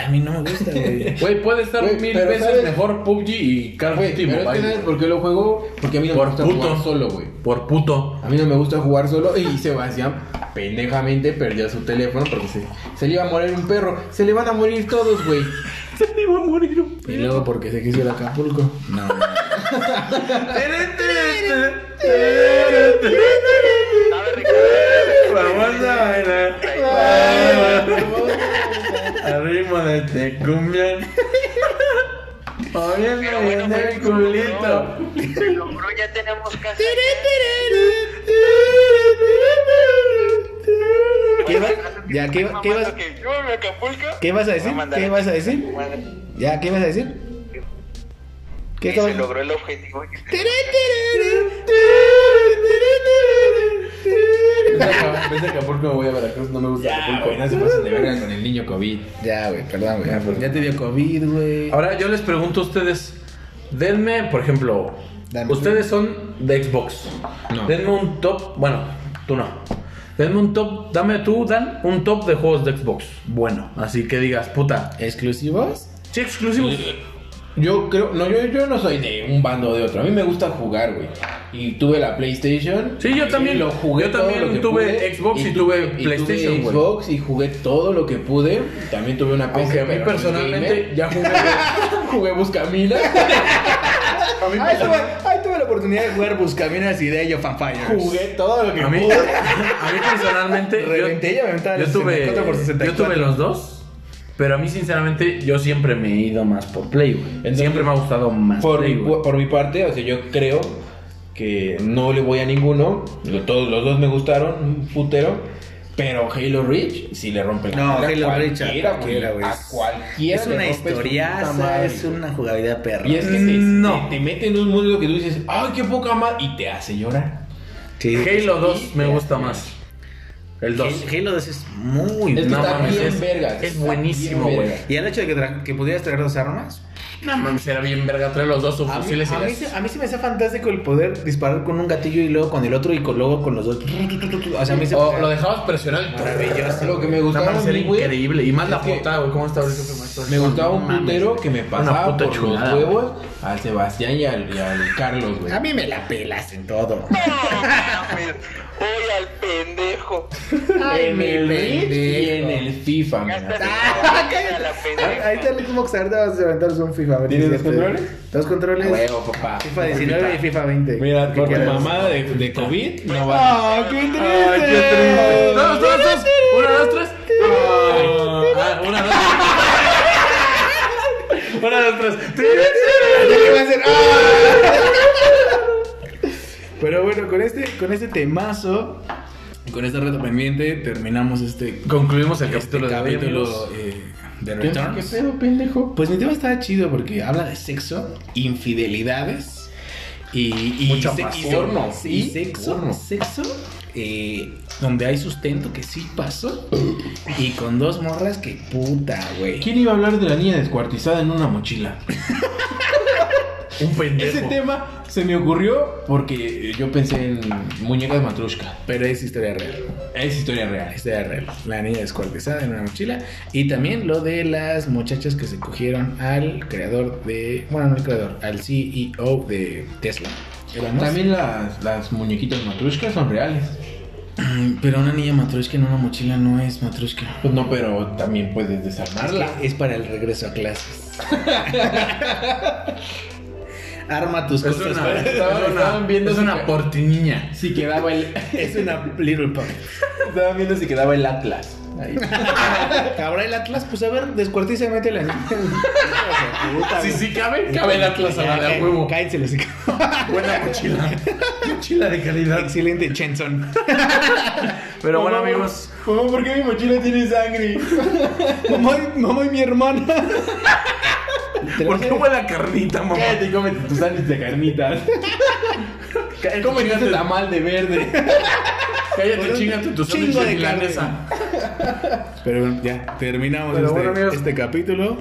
[SPEAKER 2] a mí no me gusta, güey.
[SPEAKER 1] Güey, puede estar
[SPEAKER 3] Güey,
[SPEAKER 1] mil
[SPEAKER 3] pero
[SPEAKER 1] veces
[SPEAKER 3] ¿sabes?
[SPEAKER 1] mejor PUBG y Call of
[SPEAKER 3] Güey,
[SPEAKER 1] Duty
[SPEAKER 3] pero es que
[SPEAKER 1] Mobile.
[SPEAKER 3] ¿sabes por qué lo juego? Porque a mí no
[SPEAKER 1] Por
[SPEAKER 3] me gusta
[SPEAKER 1] puto.
[SPEAKER 3] jugar solo, güey.
[SPEAKER 1] Por puto.
[SPEAKER 3] A mí no me gusta jugar solo y Sebastián pendejamente perdió su teléfono porque se, se le iba a morir un perro. Se le van a morir todos, güey.
[SPEAKER 2] y luego porque se quiso el Acapulco. No, no.
[SPEAKER 1] Este,
[SPEAKER 7] A ver, Ricardo.
[SPEAKER 1] Vamos a bailar. Al ritmo de te cumbian.
[SPEAKER 7] Pero
[SPEAKER 1] Moviendo
[SPEAKER 7] bueno,
[SPEAKER 1] bien el
[SPEAKER 7] pues,
[SPEAKER 1] culito.
[SPEAKER 7] Se logró, ya tenemos casa.
[SPEAKER 2] ¿Qué va- ya, qué va- qué vas-
[SPEAKER 7] Que yo en Acapulco.
[SPEAKER 2] ¿Qué vas a decir?
[SPEAKER 7] Voy a mandar-
[SPEAKER 2] ¿Qué vas a decir?
[SPEAKER 7] Bueno,
[SPEAKER 2] ¿Ya qué vas a decir? ¿Qué
[SPEAKER 7] que
[SPEAKER 2] estabas-
[SPEAKER 7] se logró el objetivo. que tenía.
[SPEAKER 3] Ves Acapulco, me voy a Veracruz, no me gusta Acapulco. No se pasen de verga con el niño COVID.
[SPEAKER 2] Ya, güey, perdón, güey. Ya te dio COVID, güey.
[SPEAKER 1] Ahora yo les pregunto a ustedes, denme, por ejemplo,
[SPEAKER 2] Dame.
[SPEAKER 1] ustedes son de Xbox.
[SPEAKER 3] No.
[SPEAKER 1] Denme un top, bueno, tú no. Denme un top, dame tú, Dan, un top de juegos de Xbox. Bueno, así que digas, puta.
[SPEAKER 2] ¿Exclusivos?
[SPEAKER 1] Sí, exclusivos.
[SPEAKER 3] Yo creo, no, yo, yo no soy de un bando o de otro. A mí me gusta jugar, güey. Y tuve la PlayStation.
[SPEAKER 1] Sí, yo
[SPEAKER 3] y
[SPEAKER 1] también. Yo
[SPEAKER 3] todo
[SPEAKER 1] también tuve Xbox y
[SPEAKER 3] tu-
[SPEAKER 1] tuve PlayStation, güey.
[SPEAKER 3] Xbox y jugué todo lo que pude. También tuve una PC.
[SPEAKER 1] Aunque a mí
[SPEAKER 3] pero no es
[SPEAKER 1] personalmente
[SPEAKER 3] gamer.
[SPEAKER 1] ya jugué.
[SPEAKER 3] jugué Buscamina.
[SPEAKER 2] Ahí tuve, ahí tuve la oportunidad de jugar Buscaminas y de ello Fanfires.
[SPEAKER 3] jugué todo lo que
[SPEAKER 1] A mí,
[SPEAKER 3] pude.
[SPEAKER 1] a mí personalmente. yo-
[SPEAKER 2] Reventé, ya me aventaba
[SPEAKER 1] yo
[SPEAKER 2] el
[SPEAKER 1] tuve,
[SPEAKER 2] 64 por 64.
[SPEAKER 1] yo tuve los dos. Pero a mí, sinceramente, yo siempre me he ido más por Play, güey.
[SPEAKER 3] Entonces,
[SPEAKER 1] Siempre me ha gustado más
[SPEAKER 3] Por,
[SPEAKER 1] Play,
[SPEAKER 3] mi,
[SPEAKER 1] güey.
[SPEAKER 3] por mi parte, o sea, yo creo que no le voy a ninguno. Lo- Todos los dos me gustaron, un putero. Pero Halo Reach sí le rompe la
[SPEAKER 2] No,
[SPEAKER 3] madre
[SPEAKER 2] Halo
[SPEAKER 3] a
[SPEAKER 2] Reach a
[SPEAKER 3] cualquiera,
[SPEAKER 2] cualquiera, güey.
[SPEAKER 3] A cualquiera.
[SPEAKER 2] Es
[SPEAKER 3] le
[SPEAKER 2] una
[SPEAKER 3] rompe su puta
[SPEAKER 2] historiaza,
[SPEAKER 3] madre.
[SPEAKER 2] es una jugabilidad perra.
[SPEAKER 3] Y es que
[SPEAKER 1] No.
[SPEAKER 3] no. te, te mete en un mundo que tú dices, ¡ay, qué poca más! Y te hace llorar.
[SPEAKER 2] Sí.
[SPEAKER 1] Halo 2 me gusta más. El 2.
[SPEAKER 2] Halo- Halo 2 es muy
[SPEAKER 3] Es que
[SPEAKER 2] bueno.
[SPEAKER 1] No
[SPEAKER 3] está
[SPEAKER 1] mames,
[SPEAKER 3] bien
[SPEAKER 1] es-
[SPEAKER 3] verga.
[SPEAKER 1] es buenísimo, güey.
[SPEAKER 2] Y el hecho de que, tra- que pudieras traer dos armas.
[SPEAKER 1] No mames, era bien verga traer los dos
[SPEAKER 2] A mí,
[SPEAKER 1] subfusiles
[SPEAKER 2] a
[SPEAKER 1] y
[SPEAKER 2] mí
[SPEAKER 1] las-
[SPEAKER 2] se, a mí se me hace fantástico el poder disparar con un gatillo y luego con el otro y con, luego con los dos. O sea, a mí se me
[SPEAKER 1] O lo dejabas presionar.
[SPEAKER 2] maravilloso.
[SPEAKER 3] Lo que me
[SPEAKER 1] No
[SPEAKER 3] gustaba
[SPEAKER 1] mames,
[SPEAKER 3] a
[SPEAKER 1] era
[SPEAKER 3] mí, güey,
[SPEAKER 1] increíble. Y más
[SPEAKER 3] es
[SPEAKER 1] la
[SPEAKER 3] que-
[SPEAKER 1] portada, güey. ¿Cómo está ahorita esa portada?
[SPEAKER 3] Me gustaba un
[SPEAKER 1] No mames.
[SPEAKER 3] putero que me pasaba
[SPEAKER 1] Una puta
[SPEAKER 3] por
[SPEAKER 1] chulada,
[SPEAKER 3] los huevos al Sebastián y al, y al Carlos, güey.
[SPEAKER 2] A mí me la pelas en todo.
[SPEAKER 4] pues,
[SPEAKER 7] Hoy al pendejo.
[SPEAKER 3] En el Reach y en el FIFA,
[SPEAKER 7] Ya
[SPEAKER 3] mira.
[SPEAKER 7] está. A la pendeja.
[SPEAKER 2] Ahí está el Xbox, ahorita vas a levantar un FIFA. a ver si
[SPEAKER 3] ¿Tienes
[SPEAKER 2] es
[SPEAKER 3] dos
[SPEAKER 2] cierto.
[SPEAKER 3] controles?
[SPEAKER 2] Dos controles.
[SPEAKER 3] Huevo, papá.
[SPEAKER 2] FIFA 19 y FIFA 20.
[SPEAKER 3] Mira, por tu
[SPEAKER 2] quieras?
[SPEAKER 3] mamada de, de COVID, no va.
[SPEAKER 2] ¡Ah, qué triste!
[SPEAKER 1] Dos, dos, dos. Una, dos, tres. Ah, Una, dos, tres. Una, dos, tres.
[SPEAKER 2] Pero bueno, con este, con este temazo, con esta reto pendiente, terminamos este,
[SPEAKER 1] Concluimos el
[SPEAKER 2] este
[SPEAKER 1] capítulo de
[SPEAKER 2] capítulo
[SPEAKER 1] capítulos.
[SPEAKER 2] eh, de
[SPEAKER 3] ¿Qué
[SPEAKER 2] Returns.
[SPEAKER 3] pedo, pendejo?
[SPEAKER 2] Pues mi tema está chido porque habla de sexo, infidelidades y, y,
[SPEAKER 3] Mucha
[SPEAKER 2] se-
[SPEAKER 3] más
[SPEAKER 2] y
[SPEAKER 3] porno,
[SPEAKER 2] se-
[SPEAKER 3] y
[SPEAKER 2] y sexo,
[SPEAKER 3] porno.
[SPEAKER 2] sexo eh, donde hay sustento que sí pasó y con dos morras que puta, güey.
[SPEAKER 3] ¿Quién iba a hablar de la niña descuartizada en una mochila?
[SPEAKER 1] Un
[SPEAKER 3] Ese
[SPEAKER 1] pendejo.
[SPEAKER 3] tema se me ocurrió porque yo pensé en muñecas matrushka.
[SPEAKER 2] Pero es historia real,
[SPEAKER 3] Es historia real.
[SPEAKER 2] historia real. Este La niña descuartizada en una mochila y también lo de las muchachas que se cogieron al creador de, bueno, no al creador, al CEO de Tesla. Elon Musk.
[SPEAKER 3] También las, las muñequitas matrushkas son reales. Pero una niña matrushka en una mochila no es matrushka.
[SPEAKER 8] Pues no, pero también puedes desarmarla.
[SPEAKER 2] Es para el regreso a clases. Arma tus
[SPEAKER 1] Es
[SPEAKER 2] cosas.
[SPEAKER 1] una,
[SPEAKER 2] para-
[SPEAKER 1] es una, es una portiniña.
[SPEAKER 8] Si quedaba el.
[SPEAKER 2] Es una Little Puppet.
[SPEAKER 8] Estaba viendo si quedaba el Atlas. Ahí.
[SPEAKER 2] Ahora el Atlas, pues a ver, descuartiza y métela.
[SPEAKER 1] Si sí cabe, cabe el Atlas a la de a huevo.
[SPEAKER 2] Cállense los
[SPEAKER 1] Buena mochila. Mochila de calidad.
[SPEAKER 2] Excelente, Chenson.
[SPEAKER 1] Pero bueno,
[SPEAKER 8] Mamá,
[SPEAKER 1] amigos.
[SPEAKER 8] Mamá, ¿por qué mi mochila tiene sangre?
[SPEAKER 2] mamá, y- mamá y mi hermana. Te lo
[SPEAKER 1] ¿Por qué
[SPEAKER 2] sé.
[SPEAKER 1] huele a carnita, mamá?
[SPEAKER 8] Cállate y cómete tus sándwiches de carnitas. Cómete
[SPEAKER 1] chingate-
[SPEAKER 8] este tamal de verde.
[SPEAKER 1] Cállate,
[SPEAKER 2] Por un
[SPEAKER 1] chingate tu
[SPEAKER 2] chingo
[SPEAKER 1] sándwich de
[SPEAKER 2] de
[SPEAKER 1] milanesa.
[SPEAKER 3] Pero bueno, ya, terminamos
[SPEAKER 1] Pero
[SPEAKER 3] este,
[SPEAKER 1] bueno, amigos.
[SPEAKER 3] este capítulo.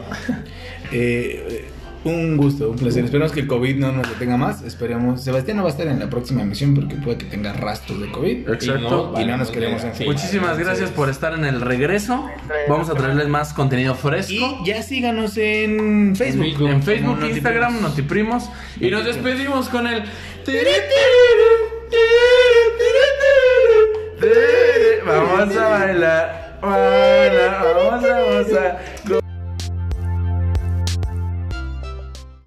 [SPEAKER 3] Eh, eh, un gusto, un placer. Esperemos que el COVID no nos detenga más. Esperemos. Sebastián no va a estar en la próxima emisión porque puede que tenga rastros de COVID.
[SPEAKER 1] Exacto.
[SPEAKER 3] Y no nos queremos enfermar.
[SPEAKER 1] Muchísimas gracias por estar en el regreso. Vamos a traerles más contenido fresco.
[SPEAKER 3] Y ya síganos en Facebook.
[SPEAKER 1] En Facebook,
[SPEAKER 3] Como
[SPEAKER 1] Instagram, Notiprimos. Y nos despedimos con el. Vamos a bailar. Vamos a, vamos a.